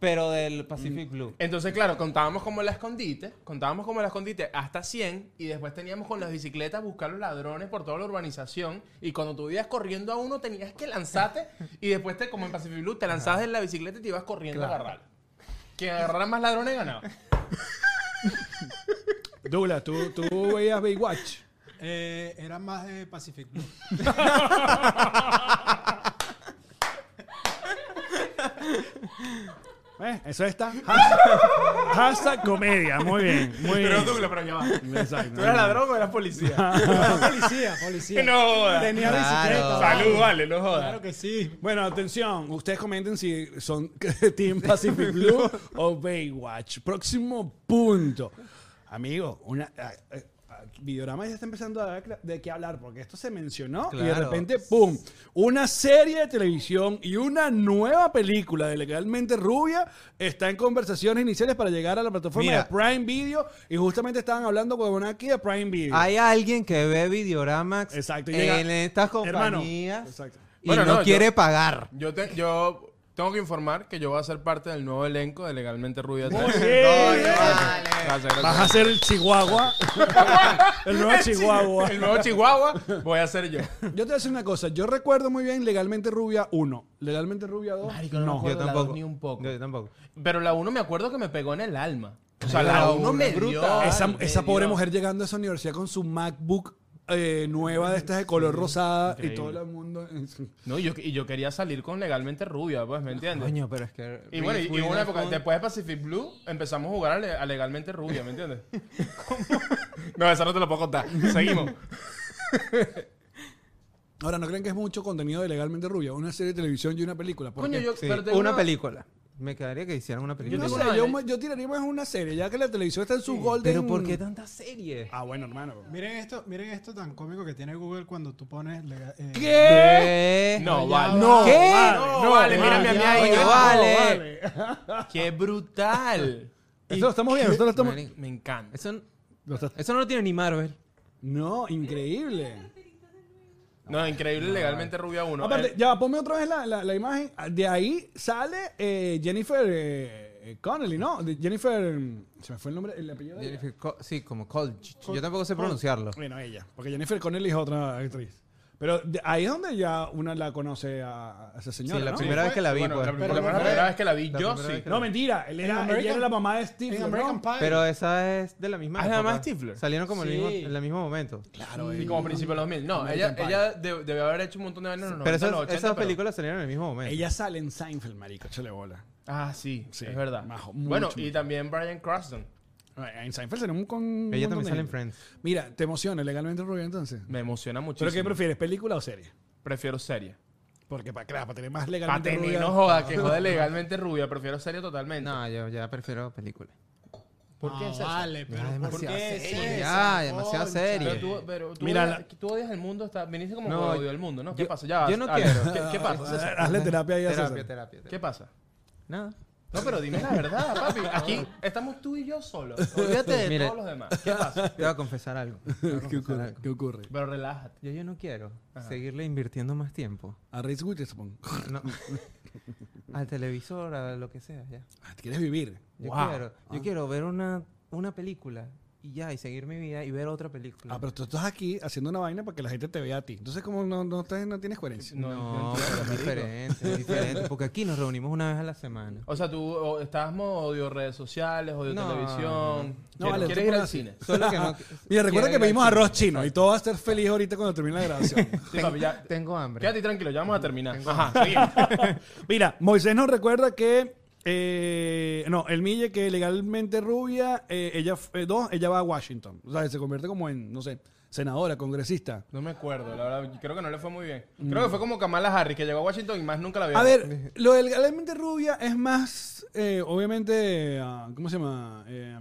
pero del Pacific Blue. Entonces, claro, contábamos como la escondite, contábamos como la escondite hasta 100 y después teníamos con las bicicletas buscar los ladrones por toda la urbanización y cuando tú ibas corriendo a uno tenías que lanzarte y después te, como en Pacific Blue, te lanzabas de la bicicleta y te ibas corriendo a agarrar. Quien agarrara más ladrones ganaba. Douglas, ¿tú, tú veías Baywatch. Eh, era más de Pacific Blue. ¿Ves? ¿Eh? Eso está. Hashtag, hashtag comedia. Muy bien, muy bien. Pero Douglas, pero ya va. Exacto. ¿Tú eras ladrón o eras policía? Era policía, policía. no jodas. Tenía Claro. bicicleta. vale. Salud, vale, no jodas. Claro que sí. Bueno, atención, ustedes comenten si son Team Pacific Blue o Baywatch. Próximo punto. Amigo, una, ah, eh, ah, Videorama ya está empezando a dar cla- de qué hablar porque esto se mencionó y de Claro. repente, ¡pum! Una serie de televisión y una nueva película de Legalmente Rubia está en conversaciones iniciales para llegar a la plataforma Mira. de Prime Video y justamente estaban hablando con aquí de Prime Video. Hay alguien que ve Videoramax Exacto, y llega- en estas Hermano, compañías exacto. y Bueno, no, no, yo- quiere pagar. Yo, te- yo tengo que informar que yo voy a ser parte del nuevo elenco de Legalmente Rubia 3. Oye, Gracias, gracias. Vas a ser el Chihuahua. el nuevo Chihuahua. El nuevo Chihuahua voy a ser yo. Yo te voy a decir una cosa. Yo recuerdo muy bien Legalmente Rubia 1. Legalmente Rubia 2. no, no. acuerdo Yo de la tampoco. dos ni un poco. Yo tampoco. Pero la 1 me acuerdo que me pegó en el alma. O sea, La la uno 1 me es brutal. dio. esa me esa dio. pobre mujer llegando a esa universidad con su MacBook eh, nueva de estas de color rosada y todo el mundo. No, y yo, y yo quería salir con legalmente rubia, pues, ¿me entiendes? Coño, pero es que. Y bueno, y, y Reese una época, Witherspoon- después de Pacific Blue, empezamos a jugar a, le- a legalmente rubia, ¿me entiendes? No, eso no te lo puedo contar. Seguimos. Ahora, ¿no creen que es mucho contenido de Legalmente Rubia? Una serie de televisión y una película. ¿Por Coño, qué? yo. Sí, pero una, tengo película. Me quedaría que hicieran una película. No tengo sé, una- yo, ma- yo tiraría más una serie, ya que la televisión está en su golden... Pero ¿por qué tantas series? Ah, bueno, hermano. Miren esto, miren esto tan cómico que tiene Google cuando tú pones lega- eh, ¿Qué? Eh, No, Ya vale. No, ¿Qué? vale, No, vale, mírame a mí Ay, ahí. no, vale. vale. ¡Qué brutal! Esto lo estamos viendo, esto lo estamos... Marico, Me encanta. Eso, n- lo está- eso no lo tiene ni Marvel. No, increíble. No, increíble legalmente rubia Eh, 1. Aparte, ya, ponme otra vez la, la- la imagen. De ahí sale eh, Jennifer eh, Connelly, ¿no? De Jennifer. mm, Se me fue el nombre, el apellido de ella. Jennifer Co- sí, como Coolidge. Yo tampoco sé pronunciarlo. Bueno, ella. Porque Jennifer Connelly es otra actriz. Pero de- ahí es donde ya una la conoce a, a esa señora. Sí, la ¿no? primera vez que la vi, Bueno, pues. la, por lo menos la primera vez que la vi, yo sí. No, mentira. Él era, En ella American- era la mamá de Steve. en ¿no? American Pie. Pero esa es de la misma Ah, ¿es la época. más Stifler? Salieron como el mismo, Sí. en el mismo momento. Y como principio de los 2000. No, ella, ella de- debe haber hecho un montón de vainas en los pero 90, esas, los 80, esas pero- películas salieron en el mismo momento. Ella sale en Seinfeld, marico. Chale bola. Ah, sí, Sí, es verdad. majo, mucho, bueno, y mucho. también Brian Cranston. En Seinfeld sale un con. un Ella montón también de sale en gente. Friends. Mira, ¿te emociona legalmente Rubio entonces? Me emociona muchísimo. ¿Pero qué prefieres, película o serie? Prefiero serie. Porque para, claro, para tener más Para legalmente tener, rubia- no joda, que jode legalmente rubia. Prefiero serio totalmente. No, yo ya prefiero películas. ¿Por qué Ah, es eso? Vale, pero Ya, ¿por demasiado qué serio, es ya, esa? demasiado Concha. serio. Pero tú, pero tú, Mira, odias, tú odias el mundo, está, viniste como No, odio al mundo, ¿no? ¿Qué yo- pasa? Ya, yo no Alex, quiero. ¿Qué, qué pasa? César? Hazle terapia ahí a Terapia, César. terapia, terapia. ¿Qué pasa? Nada. No, pero dime la verdad, papi. Aquí estamos tú y yo solos. Olvídate de Mira. todos los demás. ¿Qué pasa? Te voy a confesar algo. Te voy ¿Qué a confesar ocurre? algo. ¿Qué ocurre? Pero relájate. Yo, yo no quiero Ajá. seguirle invirtiendo más tiempo. A Reese Witherspoon. No. Al televisor, a lo que sea, ya. Ah, ¿te ¿Quieres vivir? Yo, Wow. quiero, yo quiero ver una, una película y ya, y seguir mi vida y ver otra película. Ah, pero tú estás aquí haciendo una vaina para que la gente te vea a ti. Entonces, como no, no, estás- no tienes coherencia. No, No, no entiendo, pero es marico. diferente, es diferente. Porque aquí nos reunimos una vez a la semana. O sea, tú o, estás modo odio redes sociales, odio No, no, no. televisión. No, ¿Quieres, vale, quieres tú ir al puedes- cine? Solo que no- Mira, recuerda quiero que ir al pedimos cine. arroz chino y todo va a ser feliz ahorita cuando termine la grabación. Sí, papi, ya. Tengo hambre. Quédate tranquilo, ya vamos a terminar. Ajá, sigue. Mira, Moisés nos recuerda que. eh, no, el Mille que legalmente rubia, eh, ella f- eh, dos, ella va a Washington. O sea, se convierte como en, no sé, senadora, congresista. No me acuerdo, la verdad. Creo que no le fue muy bien. Creo que fue como Kamala Harris, que llegó a Washington y más nunca la vio. A ver, lo de legalmente rubia es más, eh, obviamente, ah, ¿cómo se llama? Eh,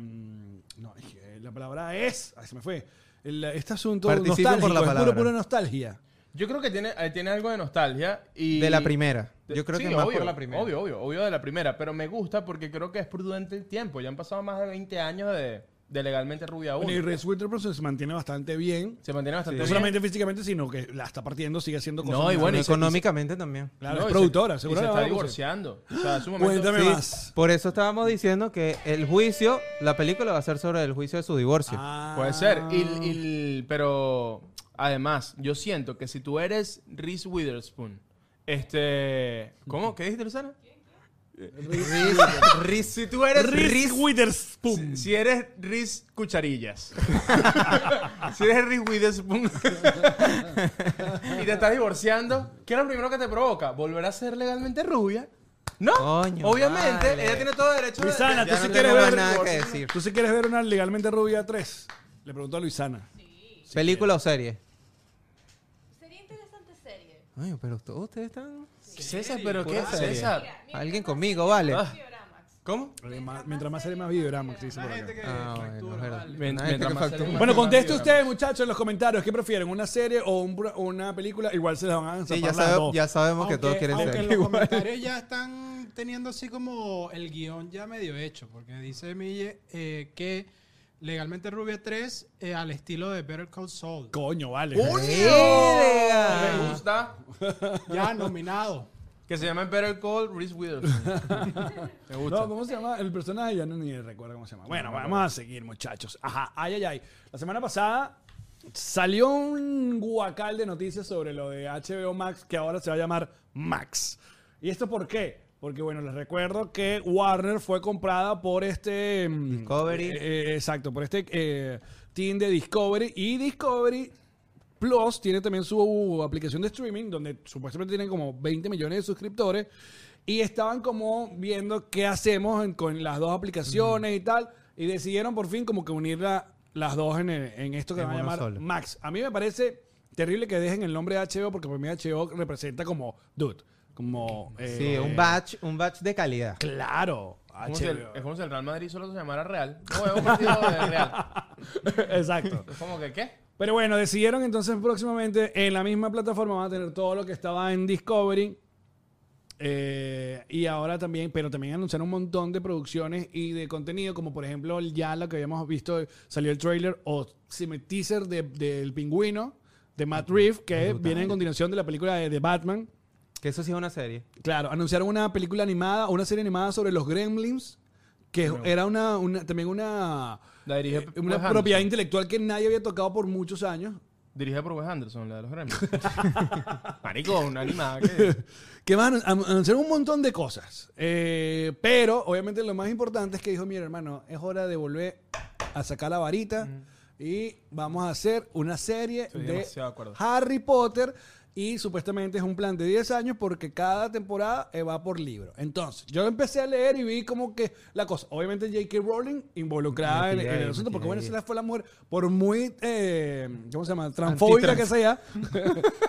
no, es que la palabra es, ay, se me fue. El- este asunto Participe nostálgico, por la es palabra. puro, puro nostalgia. Yo creo que tiene, eh, tiene algo de nostalgia y... De la primera. de- Yo creo sí, que más obvio, por la primera. Obvio, obvio, obvio de la primera. Pero me gusta porque creo que es prudente el tiempo. Ya han pasado más de 20 años de, de legalmente rubia Bueno, y uno. Reese Witherspoon se mantiene bastante bien. Se mantiene bastante No bien. solamente físicamente, sino que la está partiendo, sigue haciendo cosas. No, y muy bueno, Pero y se- económicamente también. Claro, No, es y se- productora, y seguro se la está van a conocer. divorciando. O sea, es un momento... Cuéntame Sí. más. Por eso estábamos diciendo que el juicio, la película va a ser sobre el juicio de su divorcio. Ah. Puede ser. Y, y- pero además, yo siento que si tú eres Reese Witherspoon, este. ¿Cómo? ¿Qué dijiste, Luzana? Riz- si tú eres Reese Witherspoon. Si, si eres Reese Cucharillas. si eres Reese Witherspoon. y te estás divorciando, ¿qué es lo primero que te provoca? ¿Volver a ser legalmente rubia? No. Coño, Obviamente, vale. ella tiene todo derecho de- Luisana, de- tú Ya sí no quieres tengo ver. nada que decir. Tú sí quieres ver una legalmente rubia 3. Le preguntó a Luisana. ¿Película o serie? Sería interesante serie. Ay, pero todos ustedes están... ¿Qué es esa? ¿Pero qué Pura es serie. esa? Mira, mientras Alguien más conmigo, serie, vale. Ah. más videoramax. ¿Cómo? Mientras, más serie, más videograma. que dice La por acá. gente que Ah, bueno, factura, es verdad. vale. Mien- Nadie mientras te más faltó. serie, más Bueno, videograma. conteste ustedes, muchachos, en los comentarios. ¿Qué prefieren? ¿Una serie o un pro- una película? Igual se la van a Sí, zapar ya, las sabe- dos. ya sabemos que todos Aunque- quieren aunque ser los igual. comentarios ya están teniendo así como el guión ya medio hecho, porque dice Mille eh, que legalmente Rubia 3 eh, al estilo de Better Call Saul. Coño, vale. Me gusta. Ya nominado. Que se llama Better Call Reese Witherspoon. Me gusta. No, ¿cómo se llama? El personaje ya no ni recuerdo cómo se llama. Bueno, vamos a seguir, muchachos. Ajá, ay, ay, ay. La semana pasada salió un guacal de noticias sobre lo de HBO Max, que ahora se va a llamar Max. ¿Y esto por qué? Porque, bueno, les recuerdo que Warner fue comprada por este... mm, Discovery. eh, eh, exacto, por este eh, team de Discovery. Y Discovery Plus tiene también su aplicación de streaming, donde supuestamente tienen como 20 millones de suscriptores. Y estaban como viendo qué hacemos en- con las dos aplicaciones y tal. Y decidieron por fin como que unir la- las dos en, el- en esto que En van a uno llamar solo. Max. A mí me parece terrible que dejen el nombre de HBO porque para mí HBO representa como dude. Como... eh, Sí, un batch, un batch de calidad. Claro. Es como si el- HBO. es como si el Real Madrid solo se llamara Real. No, es un partido de Real. Exacto. Es como que, ¿qué? Pero bueno, decidieron entonces próximamente en la misma plataforma van a tener todo lo que estaba en Discovery. Eh, y ahora también, pero también anunciaron un montón de producciones y de contenido, como por ejemplo ya lo que habíamos visto, salió el trailer o si me- teaser de- del pingüino de Matt Reeves, que viene en continuación de la película de, de Batman. Que eso sí es una serie. Claro, anunciaron una película animada, una serie animada sobre los gremlins, que era una, una- también una, La dirige eh, Wes una Anderson. propiedad intelectual que nadie había tocado por muchos años. Dirigida por Wes Anderson, la de los Gremlins. Marico, una animada que... que van a an- anunciar un montón de cosas. Eh, pero, obviamente, lo más importante es que dijo, mira, hermano, es hora de volver a sacar la varita y vamos a hacer una serie Mm. Estoy de demasiado de acuerdo. Harry Potter y supuestamente es un plan de 10 años porque cada temporada eh, va por libro. Entonces, yo empecé a leer y vi como que la cosa, obviamente J.K. Rowling involucrada en, Metida en el ahí, asunto, porque metida bueno, ahí. se la fue la mujer, por muy, eh, ¿cómo se llama? Transfóbica que sea,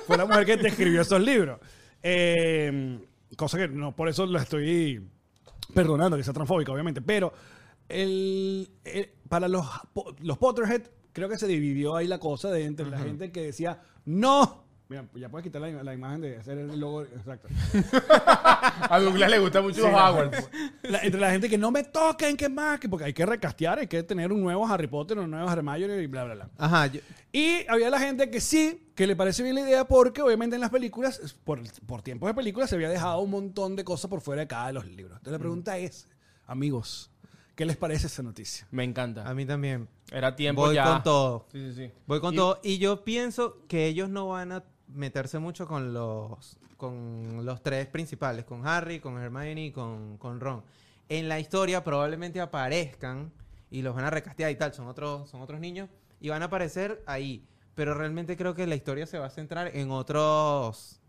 fue la mujer que te escribió esos libros. Eh, cosa que no, por eso la estoy perdonando, que sea transfóbica, obviamente. Pero el, el- para los, po- los Potterhead, creo que se dividió ahí la cosa de entre la gente que decía, no. Mira, ya puedes quitar la, im- la imagen de hacer el logo. Exacto. A Douglas le gusta mucho los Howard. La- entre la gente que no me toquen, que más, que porque hay que recastear, hay que tener un nuevo Harry Potter, un nuevo Hermione y bla, bla, bla. Ajá, yo- Y había la gente que sí, que le parece bien la idea porque obviamente en las películas, por, por tiempos de películas, se había dejado un montón de cosas por fuera de cada de los libros. Entonces la pregunta es, amigos, ¿qué les parece esa noticia? Me a encanta. mí también. Era tiempo Ah, Voy ya. con todo. Sí, sí, sí. Voy con Y- todo. Y yo pienso que ellos no van a meterse mucho con los, con los tres principales, con Harry, con Hermione y con, con Ron. En la historia probablemente aparezcan y los van a recastear y tal, son otros, son otros niños, y van a aparecer ahí. Pero realmente creo que la historia se va a centrar en otros,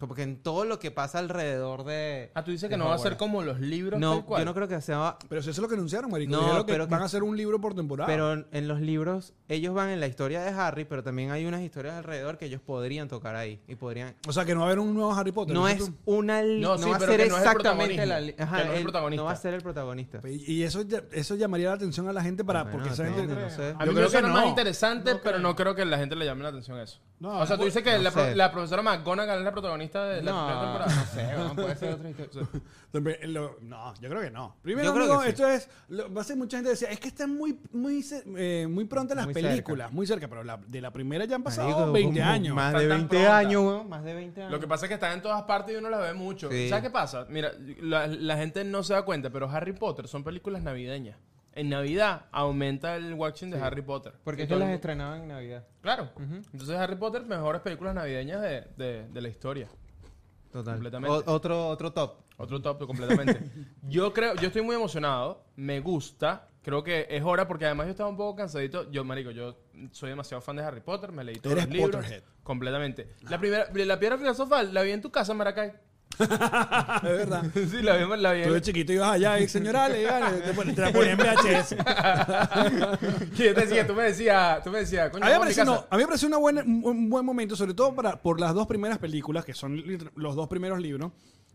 como que en todo lo que pasa alrededor de... Ah, tú dices de que no va a ser Hogwarts. como los libros No, tal cual. yo no creo que sea Pero si eso es lo que anunciaron, marico. No, Dijeron que pero que- van a hacer un libro por Ah. temporada. Pero en- en los libros, ellos van en la historia de Harry, pero también hay unas historias alrededor que ellos podrían tocar ahí. Y podrían. o sea, que no va a haber un nuevo Harry Potter. No dices es una. li- No, No, sí, va a pero ser que no es el exactamente la. li- protagonista, Ajá, que no es el él protagonista. no va a ser el protagonista. tú. Y y eso, ya- eso llamaría la atención a la gente para... Bueno, porque esa no, gente- no sé. A Yo mí creo me que suena más no. interesante, No pero creo. no creo que la gente le llame la atención eso. No, o sea, tú dices que no la, pro- sé. la profesora McGonagall es la protagonista de la No, primera temporada. no sé, puede ser otra historia. También, lo- No, yo creo que no. Primero, Yo creo amigo, que sí. esto es. lo- va a ser mucha gente decía, es que están muy, muy, cer- eh, muy prontas las Muy cerca. películas, muy cerca, pero la- de la primera ya han pasado Marico, 20 como años. Más Está de tan 20 pronta. años, weón. Más de 20 años. Lo que pasa es que están en todas partes y uno las ve mucho. Sí. ¿Sabes qué pasa? Mira, la, la gente no se da cuenta, pero Harry Potter son películas navideñas. En Navidad aumenta el watching de Harry Potter. Y Porque es que todo las el- estrenaban en Navidad. Claro. Entonces Harry Potter, mejores películas navideñas de, de- de la historia. Total. Completamente. O- otro, otro top. Otro top completamente. yo creo, yo estoy muy emocionado, me gusta, creo que es hora porque además yo estaba un poco cansadito. Yo, marico, yo soy demasiado fan de Harry Potter, me leí todos Eres los libros. Potterhead. Completamente. La primera, la piedra filosofal la vi en tu casa, Maracay. de verdad. sí, la vi, la vi. Tú de chiquito ibas allá y señora, le iban, te, pon- te la ponían en VHS. Y yo te decía, tú me decías, tú me decías, coño, A mí me vamos a mi pareció, casa. no, a mí me pareció una buena- un, un buen momento, sobre todo para, por las dos primeras películas, que son li- los dos primeros libros.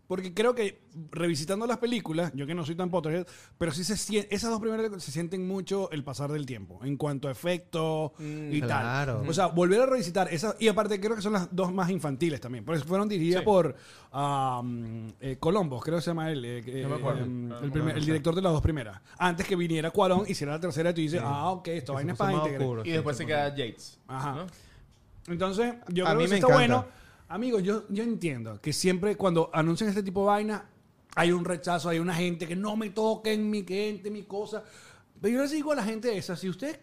Porque creo que revisitando las películas, yo que no soy tan Potterhead, pero sí se sien- esas dos primeras películas se sienten mucho el pasar del tiempo, en cuanto a efecto y claro. tal. O sea, volver a revisitar esas, y aparte creo que son las dos más infantiles también, porque fueron dirigidas Sí. por um, eh, Colombos, creo que se llama él, eh, eh, No me acuerdo. eh, No, el, no primer- me el director de las dos primeras. Antes que viniera Cuarón, hiciera la tercera y tú dices, ah, ok, esto Que va se en puso España. más integral". oscuro, Y sí, después se puso queda más- Yates. Ajá. ¿no? Entonces, yo A creo mí que sí me está encanta. bueno. Amigos, yo, yo entiendo que siempre cuando anuncian este tipo de vaina, hay un rechazo, hay una gente que no me toquen mi gente, mi cosa. Pero yo les digo a la gente esa, si usted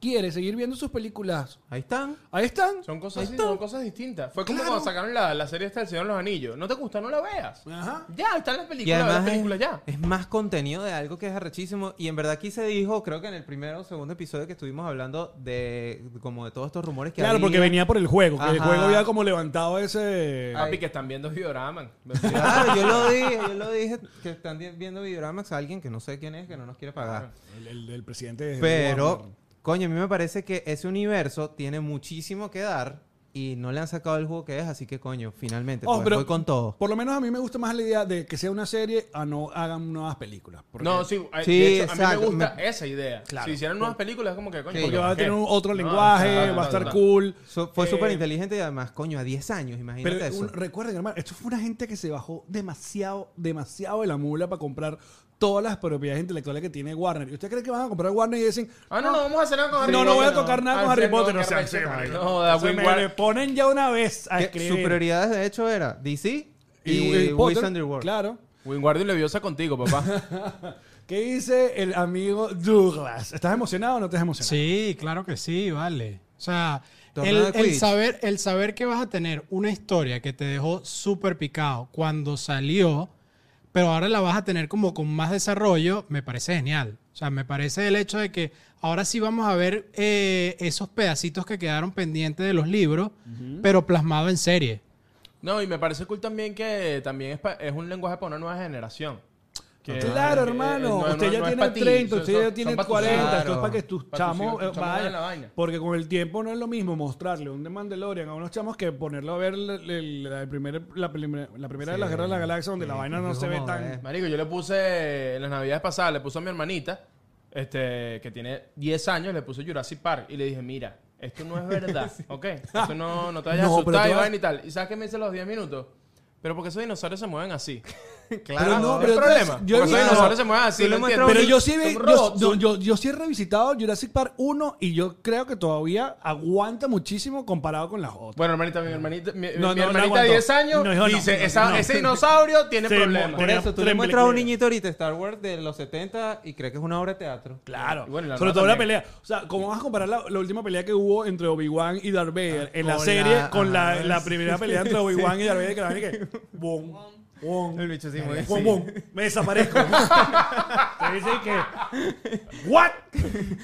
quiere seguir viendo sus películas, Ahí están. ahí están. Son cosas, sí, son cosas distintas. Fue como Claro. cuando sacaron la, la serie esta del Señor de los Anillos. No te gusta, no la veas. Ajá. Ya, están las Y películas, ve las además películas es, ya. es más contenido de algo que es arrechísimo. Y en verdad aquí se dijo, creo que en el primero o segundo episodio que estuvimos hablando de como de todos estos rumores que Claro, porque había. venía por el juego, que el Ajá. juego había como levantado ese... Papi, que están viendo Videoraman. Claro, yo lo dije, yo lo dije que están di- viendo Videoramax a alguien que no sé quién es, que no nos quiere pagar. El, el- el presidente... de Pero, Warner. coño, a mí me parece que ese universo tiene muchísimo que dar y no le han sacado el juego que es, así que coño, finalmente, Oh, pues, pero- voy con todo. Por lo menos a mí me gusta más la idea de que sea una serie a no hagan nuevas películas. Porque- No, sí, a- Sí, de hecho, a mí me exacto. gusta Me- esa idea. Claro. Si hicieran nuevas películas, como que, coño, Sí. Porque va a ¿por qué? tener un- otro No, lenguaje, exacto, va a estar exacto. cool. So- fue Eh, súper inteligente y además, coño, a 10 años, imagínate Pero eso. un- recuerden, hermano, esto fue una gente que se bajó demasiado, demasiado de la mula para comprar todas las propiedades intelectuales que tiene Warner. ¿Y usted cree que van a comprar Warner y dicen, Ah, no, no, vamos a hacer nada con Harry no, Potter. no voy a tocar nada con Alfred, Harry Potter? no, No qué sean arrecho, serios, no, marico. da O sea, Win me War- le ponen ya una vez a Que sus escribir. prioridades de hecho era DC y, Harry Potter, Wizardry World. Claro. Wingardium Leviosa contigo, papá. ¿Qué dice el amigo Douglas? ¿Estás emocionado o no estás emocionado? Sí, claro que sí, vale. O sea, Torneo el, de el Quidditch. saber, el saber que vas a tener una historia que te dejó súper picado cuando salió, pero ahora la vas a tener como con más desarrollo, me parece genial. O sea, me parece el hecho de que ahora sí vamos a ver eh, esos pedacitos que quedaron pendientes de los libros, pero plasmado en serie. No, y me parece cool también que también es, pa- es un lenguaje para una nueva generación. Que- Claro, que- hermano. eh, no- no- usted ya no es tiene pa' ti, 30, son- usted son- ya son tiene pa' tus 40. hijos. Esto es Claro. para que tus Pa' tus chamos. hijos, tus eh, chamos vayan. vean la vaina. porque con el tiempo no es lo mismo mostrarle un The Mandalorian a unos chamos que ponerlo a ver el- el- la, primer- la, primer- la primera de las Sí. guerras de la galaxia donde la Sí, vaina que no es se ve como tan. ver. Marico, yo le puse, en las navidades pasadas, le puse a mi hermanita, este, que tiene 10 años, le puse Jurassic Park y le dije, mira, esto no es verdad, ¿ok? Esto no, no te vayas No, a pero asustar tú y vas- vaina y tal. ¿Y sabes qué me dice a los 10 minutos? Pero porque esos dinosaurios se mueven así. Pero no, ¿Cuál es pero el tú- problema. yo he porque esos visto- dinosaurios se mueven así, lo tú le entiendo. muestras Pero yo sí, he, Son yo, robots, yo, son- yo- yo sí he revisitado Jurassic Park 1 y yo creo que todavía aguanta muchísimo comparado con las otras. Bueno, hermanita, mi hermanita, mi, No, mi no, no hermanita de aguantó. 10 años No, dijo, no, dice, no, "Esa- no". ese dinosaurio tiene Se problemas. mo- Por eso, tú le Tremble- muestras a un niñito ahorita Star Wars de los 70 y crees que es una obra de teatro. Claro. Y bueno, y la Sobre nueva todo la también. pelea. O sea, ¿cómo vas a comparar la, la última pelea que hubo entre Obi-Wan y Darth Vader en la Ah, con serie la- con la, ah, la sí. primera pelea entre Obi-Wan y Darth Vader? Que la vaina que. Bom, bom, El bicho sí muy bom, sí. bom, me desaparezco. Te dicen que. ¿What?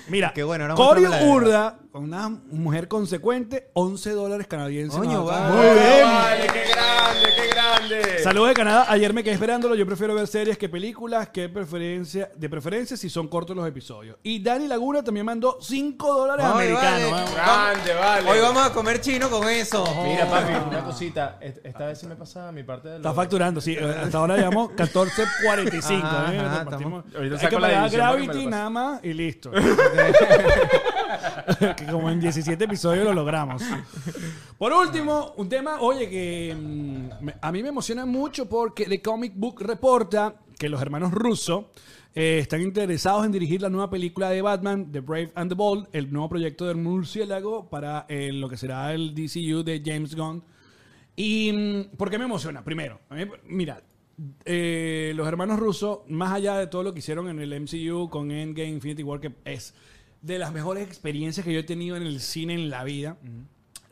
Mira, Qué bueno, ahora Cory muéstrame la Urda, una mujer consecuente, 11 dólares canadienses. Coño, nada más. vale. Muy bien. Vale, qué grande, qué grande. Saludos de Canadá. Ayer me quedé esperándolo. Yo prefiero ver series que películas. Que preferencia, de preferencia si son cortos los episodios. Y Dani Laguna también mandó 5 dólares Ay, americanos. vale. ¿eh? Grande, vale. Hoy vamos a comer chino con eso. Mira, papi, una cosita. Est- Esta vez sí me pasa mi parte de Está los- facturando, sí. eh, Hasta ahora llevamos 14.45. Ajá, ¿eh? ajá, Compartimos. estamos- Ahorita Hay que saco la pues. división pagar para que me lo Gravity pase. nada más y listo. que como en 17 episodios lo logramos. Por último, un tema, oye, que mm, me- a mí me emociona mucho porque The Comic Book reporta que los hermanos Russo eh, están interesados en dirigir la nueva película de Batman, The Brave and the Bold, el nuevo proyecto del murciélago para eh, lo que será el DCU de James Gunn. ¿Y mm, por qué me emociona? Primero, a mí- mira, eh, los hermanos rusos, más allá de todo lo que hicieron en el MCU con Endgame, Infinity War, que es de las mejores experiencias que yo he tenido en el cine en la vida,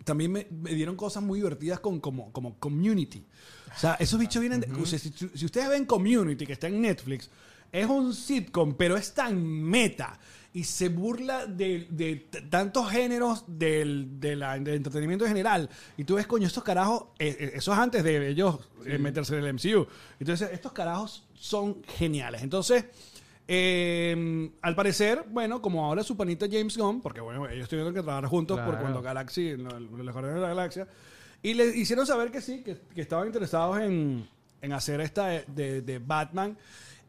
también me, me dieron cosas muy divertidas con, como, como community. O sea, esos bichos vienen... de- o sea, si, si ustedes ven community, que está en Netflix, es un sitcom, pero es tan meta. Y se burla de, de t- tantos géneros del, de la- del entretenimiento en general. Y tú ves, coño, estos carajos, eh, eh, eso es antes de ellos eh, meterse en el MCU. Entonces, estos carajos son geniales. Entonces, eh, al parecer, bueno, como ahora su panita James Gunn, porque bueno, ellos tuvieron que trabajar juntos por Claro. cuando Galaxy, lo- lo- los Guardianes de la Galaxia, y le hicieron saber que sí, que, que estaban interesados en, en hacer esta de, de- de Batman.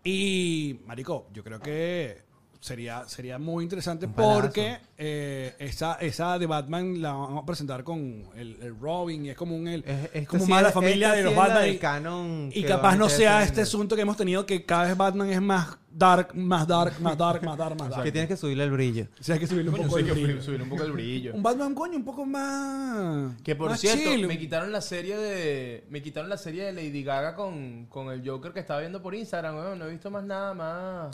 Y, Marico, yo creo que sería, sería muy interesante Un palazo. porque eh, esa, esa de Batman la van a presentar con el, el Robin y es como un... El, Es- esta como sí más la es- familia esta de sí los es la Batman. del y- canon y que capaz van no a meter sea en- este asunto que hemos tenido que cada vez Batman es más dark, más dark, más dark, más dark, más dark. Que tienes que subirle el brillo. O sea, hay que subirle un Coño, poco sí, el que brillo. subir un poco el brillo. Un Batman coño un poco más Que por más cierto, chill. me quitaron la serie de. Me quitaron la serie de Lady Gaga con, con el Joker que estaba viendo por Instagram, weón. No he visto más nada más.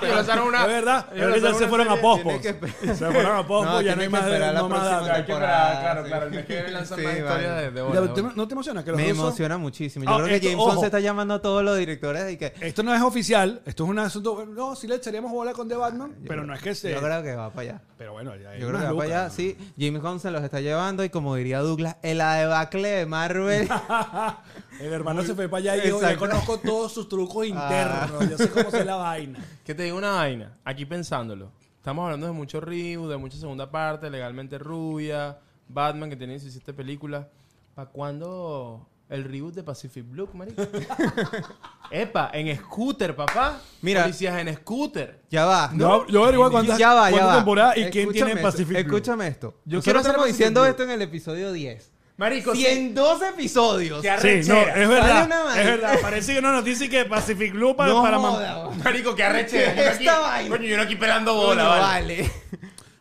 Que lanzaron una- Es verdad, que es verdad, lanzaron se una fueron a serie- Pospos. Tienes que Se fueron a Pospos, No, ya no hay tienes que más esperar la no más próxima Dark. Hay que esperar, claro, claro. El mes que viene lanzan Sí, más historias vale. de, de Mira, bola, ¿te- weón. ¿No te emociona que los Me rusos- emociona muchísimo. Ah, Yo creo esto, que Jameson ojo. se está llamando a todos los directores y que. Esto no es oficial, esto es un asunto... No, sí le echaríamos bola con The Batman, Yo pero creo- no es que se... Yo creo que va para allá. Pero bueno, ya hay Yo creo unas que va para lucas, allá, ¿no? sí. James Gunn se los está llevando y como diría Douglas, en la debacle de Marvel. El hermano se fue para allá y yo ya Exacto. conozco todos sus trucos Ah. internos. Yo sé cómo es la vaina. Que te digo una vaina, aquí pensándolo. Estamos hablando de mucho reboot, de mucha segunda parte, legalmente rubia, Batman que tiene 17 películas. ¿Para cuándo el reboot de Pacific Blue, marico? Epa, en scooter, papá. Mira. Policías en scooter. ya va. No, yo averiguo cuántas, ya va, ya cuántas va. temporadas y quién Escúchame tiene esto, Pacific Blue. Escúchame esto. Yo Yo quiero quiero hacer estar Pacific diciendo Blue. esto en el episodio 10. Marico, sí. 102 episodios. Qué Sí, no, arrechera. es Sale verdad. una Es vaina. verdad. Parece que no nos dice que Pacific Blue para, No para mam- joda, va. Marico, que arrechera. Yo aquí- Esta vaina. Coño, yo no aquí pelando bola, Coño, vale. vale.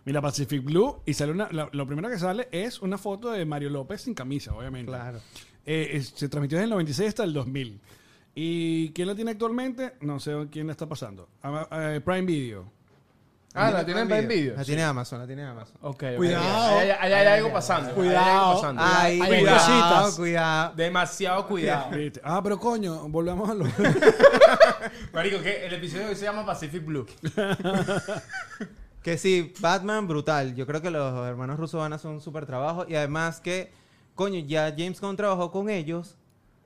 Mira, Pacific Blue. Y sale una. la- lo primero que sale es una foto de Mario López sin camisa, obviamente. Claro. Eh, es- se transmitió desde el 96 hasta el 2000. ¿Y quién la tiene actualmente? No sé quién la está pasando. Ama- eh, Prime Video. Ah, la tienen para La envidios. tiene Amazon, la tiene Amazon. Ok, ok. Cuidado. Ahí, ahí hay algo pasando. ahí hay algo Cuidado. pasando. Ay, Hay cuidado, cositas. cuidado. Demasiado cuidado. Viste. Ah, pero coño, volvamos a lo. Marico, que el episodio de hoy se llama Pacific Blue. Que sí, Batman brutal. Yo creo que los hermanos rusos van a hacer un súper trabajo. Y además que, coño, ya James Gunn trabajó con ellos.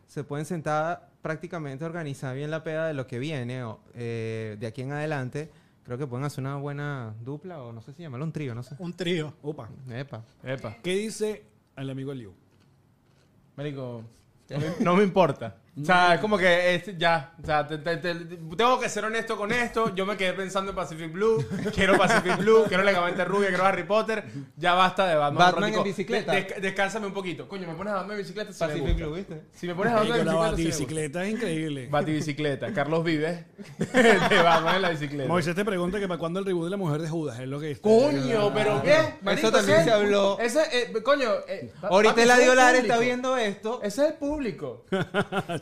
Se pueden sentar prácticamente organizar bien la peda de lo que viene o, eh, de aquí en adelante, creo que pueden hacer una buena dupla o no sé si llamarlo un trío, no sé. Un trío. Opa. Epa. Epa. ¿Qué dice el amigo Liu? Marico, no me- no me importa. O sea, es como que es- ya. O sea, te- te- te- tengo que ser honesto con esto. Yo me quedé pensando en Pacific Blue. Quiero Pacific Blue. Quiero Legamente Rubia. Quiero Harry Potter. Ya basta de Batman. un Batman ratico. en bicicleta. De- desca- descánsame un poquito. Coño, me pones a Batman en bicicleta. Sí Pacific me gusta. Blue, ¿viste? Si me pones a Batman en la bicicleta. sí me gusta. batibicicleta es increíble. Batibicicleta. Carlos Vives. de Batman en la bicicleta. Moisés te pregunta que para cuándo el reboot de la mujer de Judas es lo que está- Coño, pero qué. Marico, también ese- se habló. Ese, eh, coño. eh, pa- Ahorita papi, el ese es Adiolar está público. viendo esto. Ese es el público.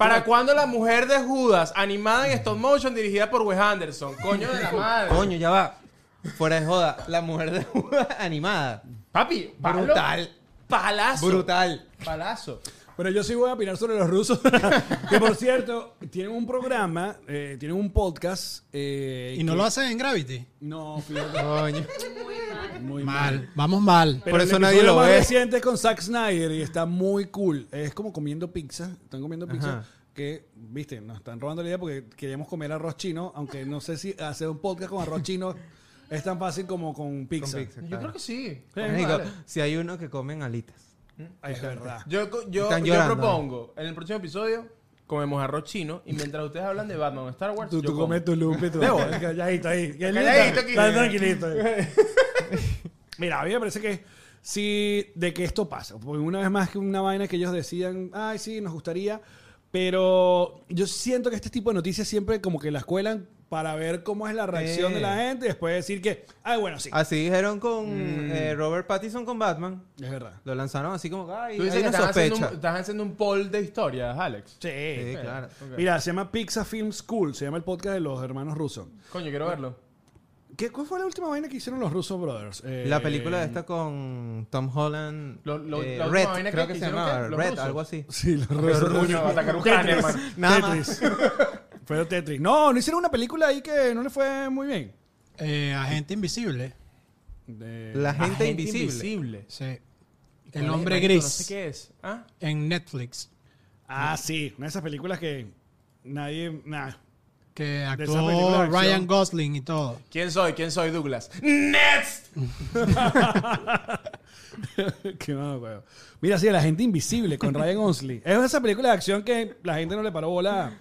¿Para cuándo la mujer de Judas, animada en stop motion, dirigida por Wes Anderson? Coño de la madre. Coño, ya va. Fuera de joda, la mujer de animada. Papi, palo. Brutal. Palazo. Brutal. Palazo. Bueno, yo sí voy a opinar sobre los rusos. que por cierto, tienen un programa, eh, tienen un podcast. eh, Y no que- lo hacen en Gravity. No, fíjate. Coño. Muy Mal, vamos mal. Pero Por el eso nadie episodio lo más ve. reciente es con Zack Snyder y está muy cool. Es como comiendo pizza. Están comiendo pizza. Ajá. Que, viste, nos están robando la idea porque queríamos comer arroz chino. Aunque no sé si hacer un podcast con arroz chino es tan fácil como con pizza. Con pizza, Yo claro. creo que sí. Marico, Vale. si hay uno que comen alitas. Es verdad. Yo, co- yo, Están yo llorando. propongo, en el próximo episodio, comemos arroz chino y mientras ustedes hablan de Batman o Star Wars, Tú, yo tú como. comes tu lupe, tú. Debo. Calladito ahí. Calladito aquí. Tan tranquilito. ahí. Mira, a mí me parece que sí, de que esto pasa. Porque una vez más que una vaina que ellos decían, ay, sí, nos gustaría. Pero yo siento que este tipo de noticias siempre como que las cuelan para ver cómo es la reacción Sí. de la gente y después decir que, ay, bueno, Ah. sí. Así dijeron Mm. con eh, Robert Pattinson con Batman. Es verdad. Lo lanzaron así como, ay, Tú dices hay que una estás haciendo, sospecha. un, estás haciendo un poll de historias, Alex. Sí. Sí, claro. Ok. Mira, se llama Pizza Film School, se llama el podcast de los hermanos rusos. Coño, quiero verlo. ¿Qué, ¿Cuál fue la última vaina que hicieron los Russo Brothers? Eh, La película esta con Tom Holland. Lo- lo- eh, la última Red, vaina que creo que, se hicieron, llamaba. ¿qué? Los Red, rusos. algo así. Sí, los Pero rusos. Rusia va a atacar Ucrania, hermano. Nada más. Tetris. Fue Tetris. No, no hicieron una película ahí que no le fue muy bien. Eh, Agente Invisible. De- La gente, Agente invisible. Sí. ¿Cuál es, El hombre marico? gris. No sé qué es. ¿Ah? En Netflix. Ah, sí. Una de esas películas que nadie. Nada. Que esas películas actuó de acción. Ryan Gosling y todo. ¿Quién soy? ¿Quién soy, Douglas? ¡Next! Qué malo, weón. Mira, sí, La gente invisible con Ryan Gosling. Es esa película de acción que la gente no le paró bola.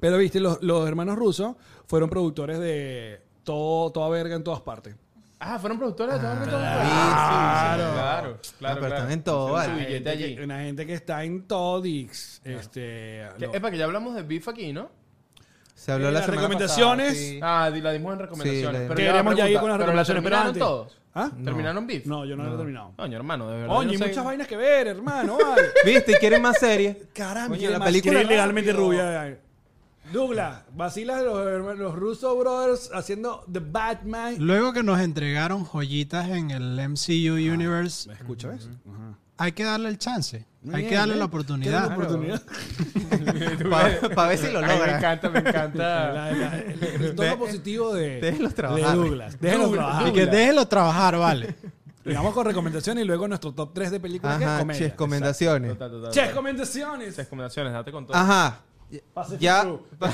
Pero viste, los, los hermanos rusos fueron productores de todo, toda verga en todas partes. Ah, fueron productores de todo el mundo. Claro. Ah, claro, Ah, claro. No, pero están claro. en todo, Hicieron vale. su Una billete gente, allí. que, una gente que está en Todix. Este, Que- lo- Epa, que ya hablamos de Beef aquí, ¿no? Se habló Eh, la las semana recomendaciones. pasada, sí. Ah, di- la dimos en recomendaciones. Sí, la- pero que va, iremos pregunta, ya ir con ¿Pero las la recomendaciones. Pero terminaron antes- todos? ¿Ah? ¿Terminaron Beef? No, yo no, lo he terminado. Coño, hermano, de verdad. ¿Eh? Coño, yo hay no sé- muchas vainas que ver, hermano. Vale. ¿Viste? ¿Y quieren más series? Caramba, Coño, quiere la más, película quiere legalmente rápido. rubia. ay. Douglas, vacilas los, hermanos- los Russo Brothers haciendo The Batman. Luego que nos entregaron joyitas en el Ah. MCU Universe, ¿Me escuchas? ves? Ajá. hay que darle el chance. Hay Bien, ¿eh? que darle bien. la Dale oportunidad. la oportunidad. Para ver si lo Ay, me logran. encanta, me encanta. La- la- el- el tono positivo de, déjenlos de trabajar. Douglas. Déjenlos trabajar. Y que déjelo trabajar, vale. Y vamos con recomendaciones y luego nuestro top 3 de películas que es Ajá, comedia. ches, recomendaciones. Total, total, Ches, total. recomendaciones. Ches, recomendaciones, date con todo. Ah. Ajá. Pacific Ya. Blue.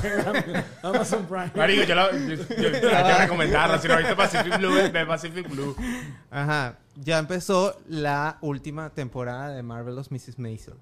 Amazon Prime. Marico, yo la. Yo, yo- hay que recomendarla. Si no viste Pacific Blue, ve Pacific Blue. Ajá. Ya empezó la última temporada de Marvelous Mrs. Maisel.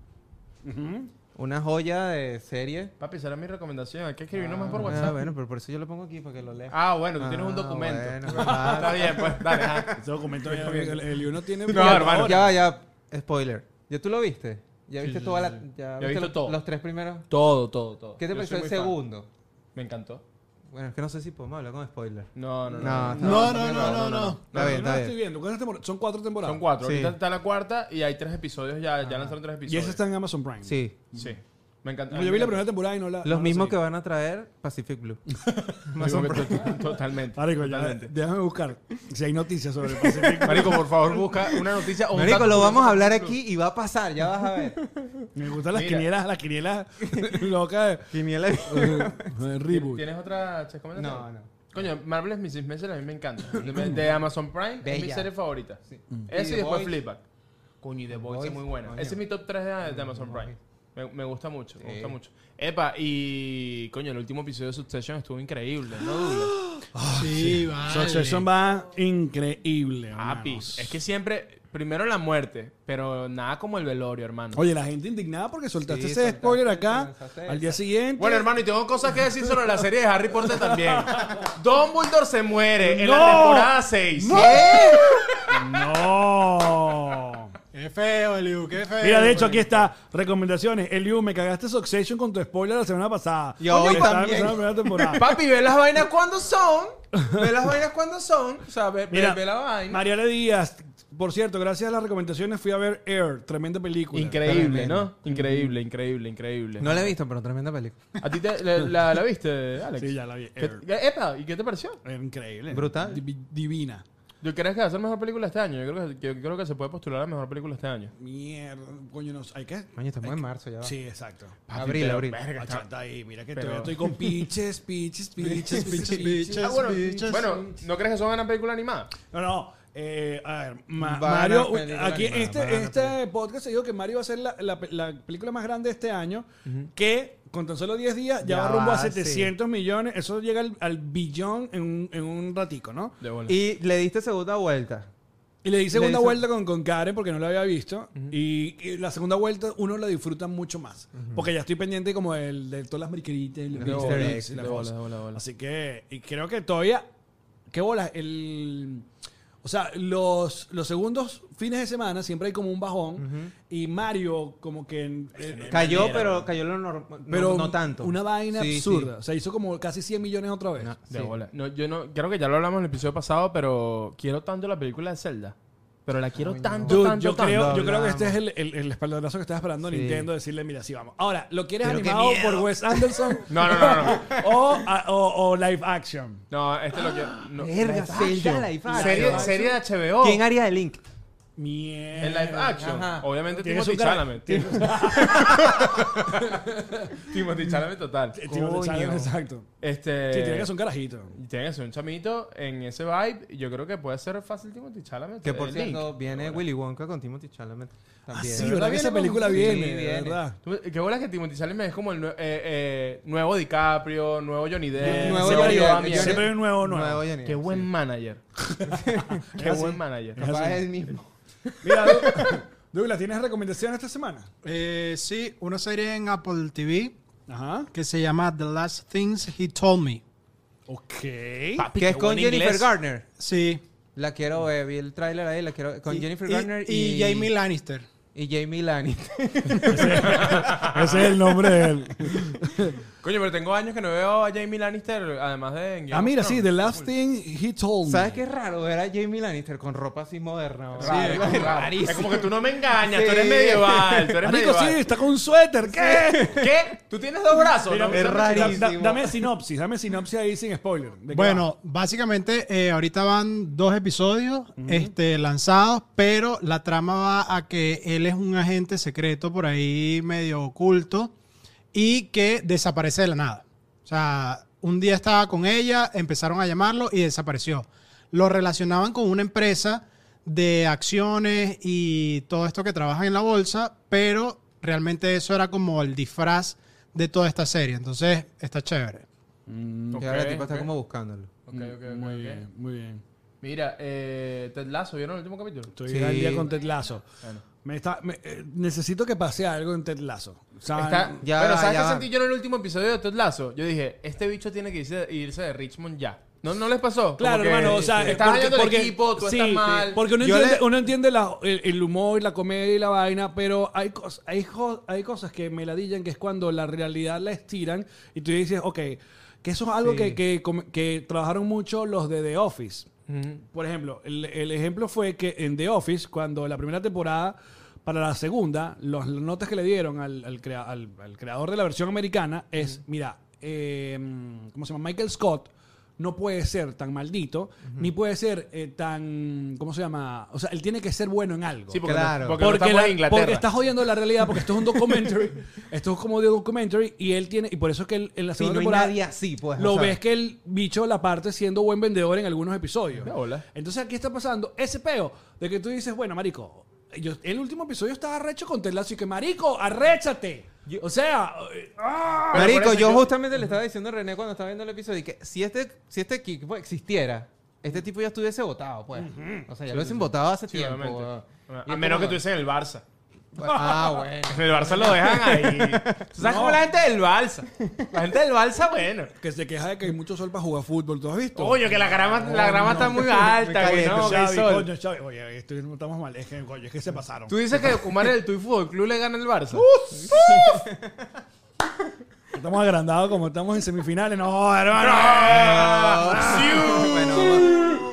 Una joya de serie. Papi, esa era mi recomendación. Hay que escribirnos más por Ah, WhatsApp. bueno, pero por eso yo lo pongo aquí para que lo leas. Ah, bueno, tú tienes Ah, un documento. bueno, Está claro. bien, pues, dale. ajá. Ese documento ya- el, el uno tiene. No, hermano. Ya, va, ya. Spoiler. ¿Ya tú lo viste? ¿Ya viste sí, toda la, sí. Ya ya viste he visto los, todo. los tres primeros? Todo, todo, todo. ¿Qué te Yo pareció soy el muy fan. segundo? Me encantó. Bueno, es que no sé si podemos hablar con spoiler. No, no, No, no. está- No, no, no, no, no. Está bien, no, está estoy bien. viendo. ¿Cuántas temporadas? Son cuatro temporadas. Son cuatro. Sí. Ah. Ahorita está la cuarta y hay tres episodios ya. Ya lanzaron tres Y episodios. esa está en Amazon Prime. Sí. Sí. Me encanta. No, yo vi la primera temporada y no la. Los no mismos que la van a traer Pacific Blue. Digo que to- Totalmente. seguí. Marico, ya, totalmente. déjame buscar si hay noticias sobre el Pacific. Marico, por favor, busca una noticia o un Marico, dato lo vamos a curioso. hablar aquí y va a pasar, ya vas a ver. Me gustan las Mira. quinielas, las quinielas locas. Quiniela. de- de Reboot. ¿Tienes otra Chesco? No, no. Coño, Marvel's Mrs. Maisel a mí me encanta. De, de Amazon Prime es mi Bella. serie favorita. Sí. Esa Y y The después Boys. Flipback. Coño, y The Boys es Boys, muy buena. coño. Ese es mi top 3 de, de Amazon Prime. Me, me gusta mucho, me Sí. gusta mucho. Epa, y coño, el último episodio de Succession estuvo increíble, no dudes. sí, vale. Succession va increíble. Papi, hermanos. es que siempre, primero la muerte, pero nada como el velorio, hermano. Oye, la gente indignada porque soltaste Sí, ese soltaste, spoiler acá lanzaste al día esa. siguiente. Bueno, hermano, y tengo cosas que decir sobre la serie de Harry Potter también. Dumbledore se muere en ¡No! la temporada 6. No. Qué feo, Eliu, qué feo. Mira, de hecho, aquí está. Recomendaciones. Eliu, me cagaste Succession con tu spoiler la semana pasada. Y hoy Estaba también. empezando la primera temporada. Papi, ve las vainas cuando son. Ve las vainas cuando son. O sea, ve, ve- Mira, ve la vaina. Mariana Díaz. Por cierto, gracias a las recomendaciones fui a ver Air. Tremenda película. Increíble, Tremendo. ¿no? Increíble, increíble, increíble. No la he visto, pero tremenda película. ¿A ti te- la, la- la viste, Alex? Sí, ya la vi. ¿Qué- Air. qué- epa, ¿y qué te pareció? Era Increíble. Brutal. Divi- Divina. Yo creo que va a ser mejor película este año. Yo creo que, yo creo que se puede postular a mejor película este año. Mierda. Coño, no sé. Hay que. Coño, estamos en marzo ya. va. Sí, exacto. Ah, Abril, pero, abril. verga, está- Achata ahí, mira que Pero- todavía estoy con pinches, pinches, pinches, pinches, Pinches, pinches. bitches, Ah, bueno, bitches. bueno, ¿no crees que son una película animada? No, no. eh, a ver, Ma- Van a Mario, película aquí animada, este, van a este podcast se dijo que Mario va a ser la, la pe- la película más grande este año, que con tan solo 10 días ya, Ya va rumbo a va, sí. 700 millones, eso llega al, al billón en un, en un ratico, ¿no? De bola. Y le diste segunda vuelta. Y le di segunda hizo- vuelta con, con Karen porque no la había visto. y, y la segunda vuelta uno la disfruta mucho más. Porque ya estoy pendiente como del- de todas las mariqueritas y los De easter bola, eggs y la de bola, cosa. de bola, de bola. Así que, y creo que todavía, qué bola, el... O sea, los, los segundos fines de semana siempre hay como un bajón. Y Mario como que... en- eh, Cayó, pero cayó lo normal. pero no, tanto. Una vaina Sí, sí. absurda. O sea, hizo como casi 100 millones otra vez. No, De sí. bola. No, yo no, creo que ya lo hablamos en el episodio pasado, pero quiero tanto la película de Zelda. Pero la quiero tanto, Dude, tanto, yo, tanto. creo, yo creo que Hablamos. este es el, el, el espaldarazo que estaba esperando Sí. Nintendo decirle, mira, sí vamos. Ahora, ¿lo quieres Pero qué animado miedo. por Wes Anderson? No, no, no, no. o, a- o, o live action. No, este lo quiero. no. Verga, Zelda live action. Serie, serie de HBO. ¿Quién haría de Link? Mierda. En live action. Ajá. Obviamente Tiene Timothy su cara- Chalamet. tiene- Timothy Chalamet total. Sí, tiene- Coño. sale- Exacto. Este. Sí, tiene que ser un carajito. tiene que ser un chamito en ese vibe. y Yo creo que puede ser fácil Timothy Chalamet. Que por eh, Link. cierto, viene Willy Wonka con Timothy Chalamet. También. Ah, sí, ¿verdad? que Esa viene película con- viene, Sí, de viene. ¿verdad? Tú- Qué bola que Timothy Chalamet es como el nue- eh, eh, nuevo DiCaprio, nuevo Johnny Depp. Nuevo nuevo Johnny Depp, Iván Johnny- Miguel. Siempre hay un nuevo, nuevo. Nuevo Johnny. Qué buen manager. Qué buen manager. Capaz es el mismo. Mira, Doug- Douglas, ¿tienes recomendaciones esta semana? Eh, sí, una serie en Apple TV Ajá. que se llama The Last Things He Told Me. Ok. Papi, Que qué es con buen Jennifer inglés. Garner. Sí. La quiero ver, vi el tráiler ahí, la quiero con Y- Jennifer y- Garner y, y, Jamie Lannister. y Jamie Lannister. Ese es el nombre de él. Coño, pero tengo años que no veo a Jamie Lannister, además de... en Game Ah, of mira, Thrones. sí, The Last Thing He Told Me. ¿Sabes qué es raro ver a Jamie Lannister con ropa así moderna? ¿verdad? Raro, Sí, es como raro. rarísimo. Es como que tú no me engañas, tú Sí. eres medieval, tú eres Marico, sí, medieval. está con un suéter. ¿Qué? ¿Qué? ¿Tú tienes dos brazos? Mira, No, es no, no, rarísimo. Da- da- dame sinopsis, dame sinopsis ahí sin spoiler. ¿De qué Bueno, básicamente eh, ahorita van dos episodios este, lanzados, pero la trama va a que él es un agente secreto por ahí medio oculto y que desaparece de la nada. O sea, un día estaba con ella, empezaron a llamarlo y desapareció. Lo relacionaban con una empresa de acciones y todo esto que trabaja en la bolsa, pero realmente eso era como el disfraz de toda esta serie. Entonces, está chévere. Ok, Y ahora el tipo está ok. como buscándolo. Ok, ok, ok, Muy ok. bien, muy bien. Mira, eh, Ted Lasso, ¿vieron el último capítulo? Estoy Sí. al día con Ted Lazo. Me está, me- eh, necesito que pase algo en Ted Lazo. O sea, Está- Ya pero va, ¿sabes ya qué va. sentí yo en el último episodio de Ted Lasso? Yo dije, este bicho tiene que irse, irse de Richmond ya. ¿No, ¿No les pasó? Claro, Como que hermano, o sea, Estás dañando el equipo, tú sí, estás mal. Porque uno Yo entiende, le- uno entiende la- el, el humor y la comedia y la vaina, pero hay, cos- hay, jo- hay cosas que me ladillan, que es cuando la realidad la estiran y tú dices, ok, que eso es algo Sí. que, que com- que trabajaron mucho los de The Office. Por ejemplo, el, el ejemplo fue que en The Office, cuando la primera temporada para la segunda, los- las notas que le dieron al, al crea- al- al creador de la versión americana es, mira, eh, ¿cómo se llama? Michael Scott no puede ser tan maldito, ni puede ser eh, tan, ¿cómo se llama? O sea, él tiene que ser bueno en algo. Sí, porque, Claro. no, porque, no estamos la- en Inglaterra. porque está jodiendo la realidad, porque esto es un documentary. esto es como de documentary y él tiene, y por eso es que él, en la Si segunda no hay temporada nadie así, pues. lo o sea, ves que el bicho la parte siendo buen vendedor en algunos episodios. De bola. Entonces aquí está pasando ese peo de que tú dices, bueno, marico, yo- el último episodio estaba arrecho con Ted Lasso y que, marico, arréchate. o sea, eh, ¡ah! Pero por Marico, eso yo, yo- justamente le estaba diciendo a René cuando estaba viendo el episodio y que si este, si este equipo existiera, este tipo ya estuviese votado, pues. O sea, ya lo hubiesen votado hace Sí, tiempo. obviamente. weón. Y A es menos que como- tú en el Barça. Ah, bueno. El Barça lo dejan ahí. ¿Tú sabes cómo la gente del Barça? La gente del Barça, bueno. que se queja de que hay mucho sol para jugar fútbol. ¿Tú has visto? Coño, que la grama, la grama está muy alta, Xavi, güey. No, que hay Xavi, sol. coño, Xavi. Oye, esto no estamos mal. Es que, coño, es que se pasaron. Tú dices que Kumar el Tuy Fútbol Club le gana el Barça. Estamos agrandados como estamos en semifinales. No, hermano.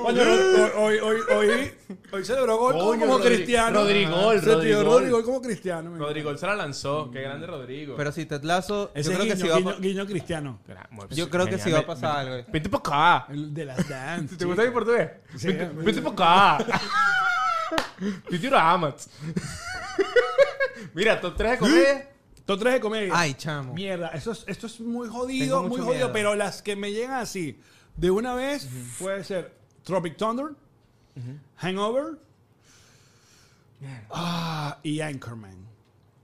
Coño, hoy, hoy, hoy, hoy, hoy celebró gol Coño, como Rodri- cristiano. Rodrigo, Ajá. Se Rodrigo. tiró Rodrigo como cristiano. mira. Rodrigo él se la lanzó. Qué grande Rodrigo. Pero si Ted Lasso, yo Ese creo es que sí guiño, va a guiño- pa- guiño cristiano. yo creo que sí va a pasar algo. eh. Vente para acá. El de las dance. ¿Te gusta mi portugués? Sí. Vente, vente para acá. Vete una amat. Mira, top 3 de comedia. Top 3 de comedia. Ay, chamo. Mierda, eso es, esto es muy Tengo jodido, mucho muy jodido. miedo. Pero las que me llegan así, de una vez, puede ser Tropic Thunder, Hangover ah, y Anchorman.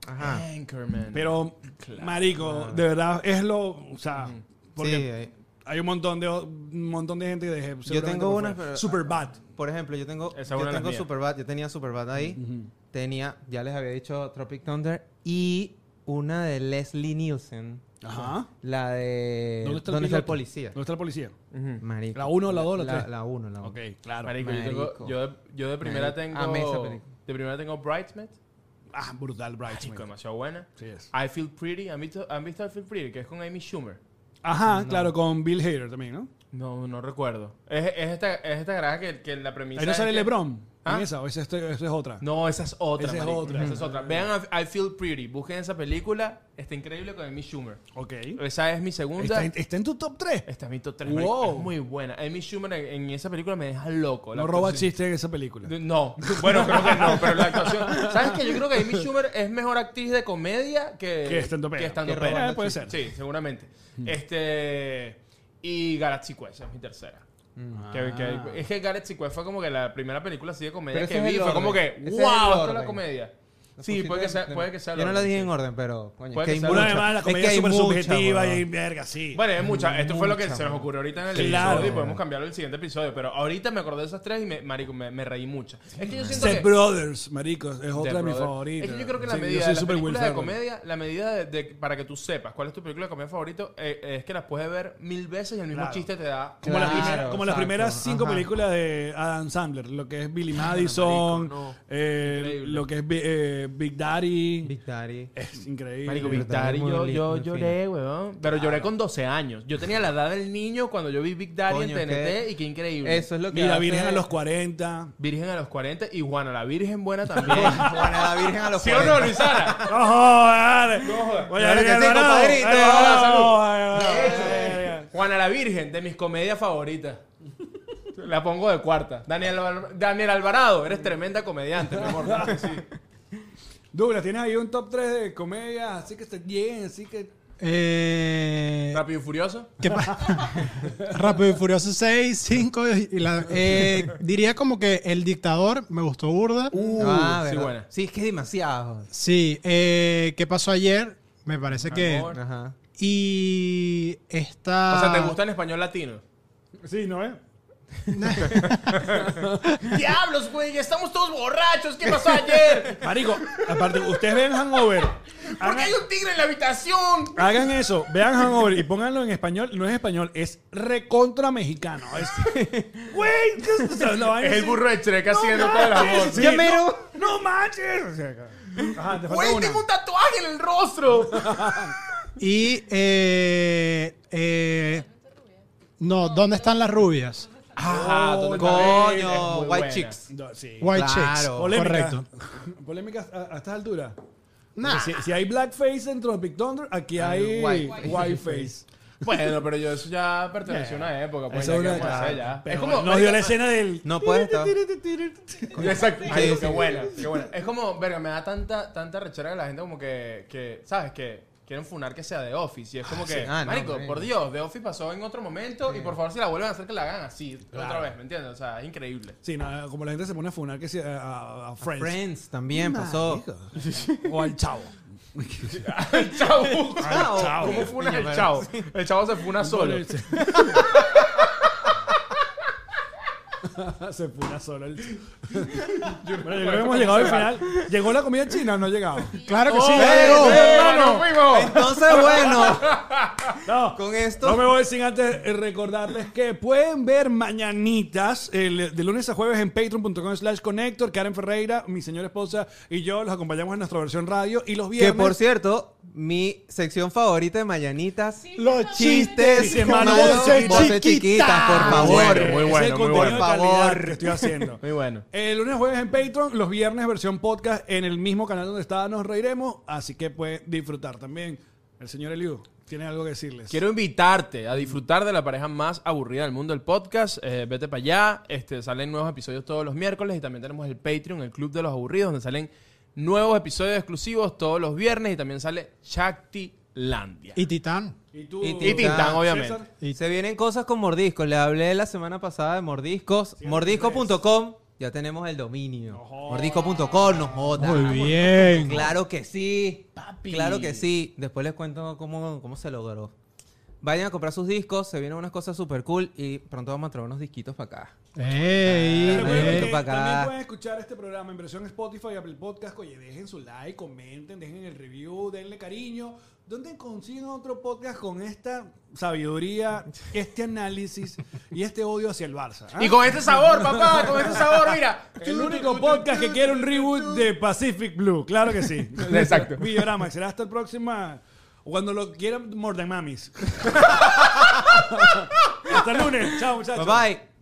Ajá. Anchorman. Pero, marico, de verdad, es lo... O sea, porque Sí, eh, hay un montón de, un montón de gente que dejé. tengo unas, pero- Super bad. por ejemplo, yo tengo, Esa es yo una de las tengo mías. Superbad, yo tenía Superbad ahí. Tenía, ya les había dicho Tropic Thunder y una de Leslie Nielsen, Ajá. la de piloto? policía? Ah. ¿Dónde está el policía? Marico. ¿La uno, la dos, la tres? La 1, la 1. claro. Marico, yo, Marico. tengo, yo, de, yo de primera Marico. Amé esa tengo. película. De primera tengo Bridesmaid. Ah, brutal, Bright. Chico, demasiado buena. Sí es. I Feel Pretty. ¿Han visto, ¿Han visto I Feel Pretty? Que es con Amy Schumer. Ajá, claro, con Bill Hader también, ¿no? No, no recuerdo. Es, es esta, es esta garaja que, que la premisa. Ahí no es sale que- LeBron. ¿Ah? ¿En esa? ¿O esa, esta- esa es otra? No, esa es otra. Esa es marico, otra. Esa es otra. Vean I I Feel Pretty. Busquen esa película. Está increíble con Amy Schumer. Ok. Esa es mi segunda. ¿Está, en- está en tu top 3? Esta es mi top 3. Wow. Es muy buena. Amy Schumer en, en esa película me deja loco. La No roba actuación- chistes en esa película. No, bueno, creo que no, pero la actuación. ¿Sabes qué? Yo creo que Amy Schumer es mejor actriz de comedia que. Que estandopera. que estandopera. Que robando Eh, puede Hmm. chistes. Sí, seguramente. Este. Y Galaxy Quest es mi tercera. Hmm. Que- que- es que Galaxy Quest fue como que la primera película así de comedia Ah. Pero que ese es vi. el Fue como orden. que, Ese es el wow, esto es la orden. comedia. La Sí, puede que pusiste sea, en- puede que sea el Yo no la orden, dije sí. en orden, pero Puede coño, es que que hay sea- Una mucha. vez más, la Es que comedia es hay súper mucha, subjetiva weón. y verga, sí. Bueno, hay muchas. Esto fue lo que Muchas, se nos man. ocurrió ahorita en el Claro. episodio y podemos cambiarlo al siguiente episodio. Pero ahorita me acordé de esas tres y me, marico, me, me reí mucho. Es que yo siento The que. Brothers, marico, es The otra de mis Brother. favoritas. Es que yo creo que la Sí, yo medida soy de las super Will películas de Ferrell. comedia, la medida de, de- para que tú sepas cuál es tu película de comedia favorito, eh, es que las puedes ver mil veces y el mismo Claro. chiste te da. Como, las Claro, primeras- como las exacto, primeras cinco ajá. películas de Adam Sandler, lo que es Billy Madison, no. eh, Increíble. lo que es Bi- eh, Big Daddy. Big Daddy. Es increíble. Marico, Pero Big Daddy, también es yo, muy yo lindo, lloré, Ah. weón. Pero lloré con 12 años. Yo tenía la edad del niño cuando yo vi Big Daddy Coño, en TNT qué- y qué increíble. Eso es lo que. Mira, hace- Virgen a los 40. Virgen a los 40 y Juana la Virgen buena también. Bueno, la Virgen a los ¿Sí o no, 40. Luisana? ¡No jodas! ¡No jodas! Oye, Claro que este Virgen, no, sí, no. compadrito. Ay, Hola, no, ay, ay, ay, ay. Juana la Virgen, de mis comedias favoritas. La pongo de cuarta. Daniel, Alvar- Daniel Alvarado, eres tremenda comediante, mi amor. Douglas, tienes ahí un top 3 de comedia, así que te lleguen, así que. Eh, Rápido y Furioso. ¿qué pa- Rápido y Furioso 6, 5 y y la- eh, diría como que El Dictador me gustó burda. Ah, Uh, sí, ¿verdad? buena. Sí, es que es demasiado. Sí, eh, ¿qué pasó ayer? Me parece que... Amor. Ajá. Y esta... O sea, ¿te gusta en español latino? Sí, ¿no eh? es? ¡Diablos, güey! ¡Estamos todos borrachos! ¿Qué pasó ayer? Marico, aparte, ustedes ven Hangover. ¿Por qué Hagan, hay un tigre en la habitación? hagan eso, vean Hangover y pónganlo en español. No es español, es recontra mexicano. Es- Güey, ¿qué es eso? La vaina Es el así. burro de Shrek haciendo ¡No todo el amor. manches! Sí, no, no manches. O sea, Ajá, te falta ¡Güey, una. tengo un tatuaje en el rostro! Y... eh, eh, no, ¿dónde están las rubias? Ah, ¿dónde está Bale? Es Coño, muy White buena. Chicks. No, sí. White Claro. Chicks. Polémica. Correcto. Polémicas a, a estas alturas. Nah. Si, si hay blackface en Tropic Thunder, aquí hay white- whiteface. Bueno, pero yo eso ya perteneció a una época. Pues, Eso ya, es una- ¿qué vamos a hacer claro. ya? Pero Es como... nos dio la verga, escena del. No pues, puede estar. Exacto. Sí, Marico, sí. qué buena, qué buena. Es como, verga, me da tanta, tanta rechera de la gente como que, que, ¿sabes? Que quieren funar que sea The Office. Y es como que, sí. Ah, no, marico, marico. por Dios, The Office pasó en otro momento y por favor si la vuelven a hacer que la hagan así otra vez, ¿me entiendes? O sea, es increíble. Sí, no, como la gente se pone a funar que sí, a, a- a Friends. Friends también pasó. O al chavo. el chavo. Chao. Chao. ¿Cómo funas el chavo? El chavo se funa solo. se funa solo el chavo. Bueno, yo pues, creo que hemos llegado al final. ¿Llegó la comida china o no ha llegado? Claro pues, que sí. ¡Oh, ya llegó. eh, hermano, fuimos! Entonces, bueno, No. con esto. No me voy sin antes eh, recordarles que pueden ver mañanitas el- de lunes a jueves en patreon.com slash connector. Karen Ferreira, mi señora esposa y yo los acompañamos en nuestra versión radio y los viernes. Que por cierto, mi sección favorita de Mañanitas. Los Chistes, Sí, malos, hermano, voces, voces chiquitas, por favor. muy Ese bueno, es muy el contenido bueno. de Por calidad favor. que estoy haciendo. Muy bueno. El lunes jueves en Patreon, los viernes versión podcast en el mismo canal donde está Nos Reiremos, así que pueden disfrutar también. El señor Eliu tiene algo que decirles. Quiero invitarte a disfrutar de la pareja más aburrida del mundo, el podcast. Eh, vete para allá. Este, salen nuevos episodios todos los miércoles y también tenemos el Patreon, el Club de los Aburridos, donde salen nuevos episodios exclusivos todos los viernes y también sale Shaktilandia. Y Titán. Y tú, Y Y Tintán, Tintán, obviamente. Y se vienen cosas con mordiscos. Le hablé la semana pasada de mordiscos. Mordisco.com. Ya tenemos el dominio. Mordisco.com, nos Ah, jodas. Muy bien. Claro que sí. Papi. Claro que sí. Después les cuento cómo, cómo se logró. Vayan a comprar sus discos, se vienen unas cosas super cool y pronto vamos a traer unos disquitos para acá. Ey, Ah, Recuerden eh. ey. que para acá. También pueden escuchar este programa en versión Spotify, Apple Podcast. Oye, dejen su like, comenten, dejen el review, denle cariño. ¿Dónde consiguen otro podcast con esta sabiduría, este análisis y este odio hacia el Barça? ah? Y con este sabor, papá, con este sabor, mira. El único podcast que quiere un reboot de Pacific Blue, claro que sí. Exacto. Videorama, será hasta el próxima. Cuando lo quieran, More Than Mamis. hasta el lunes. Chao, muchachos. Bye bye.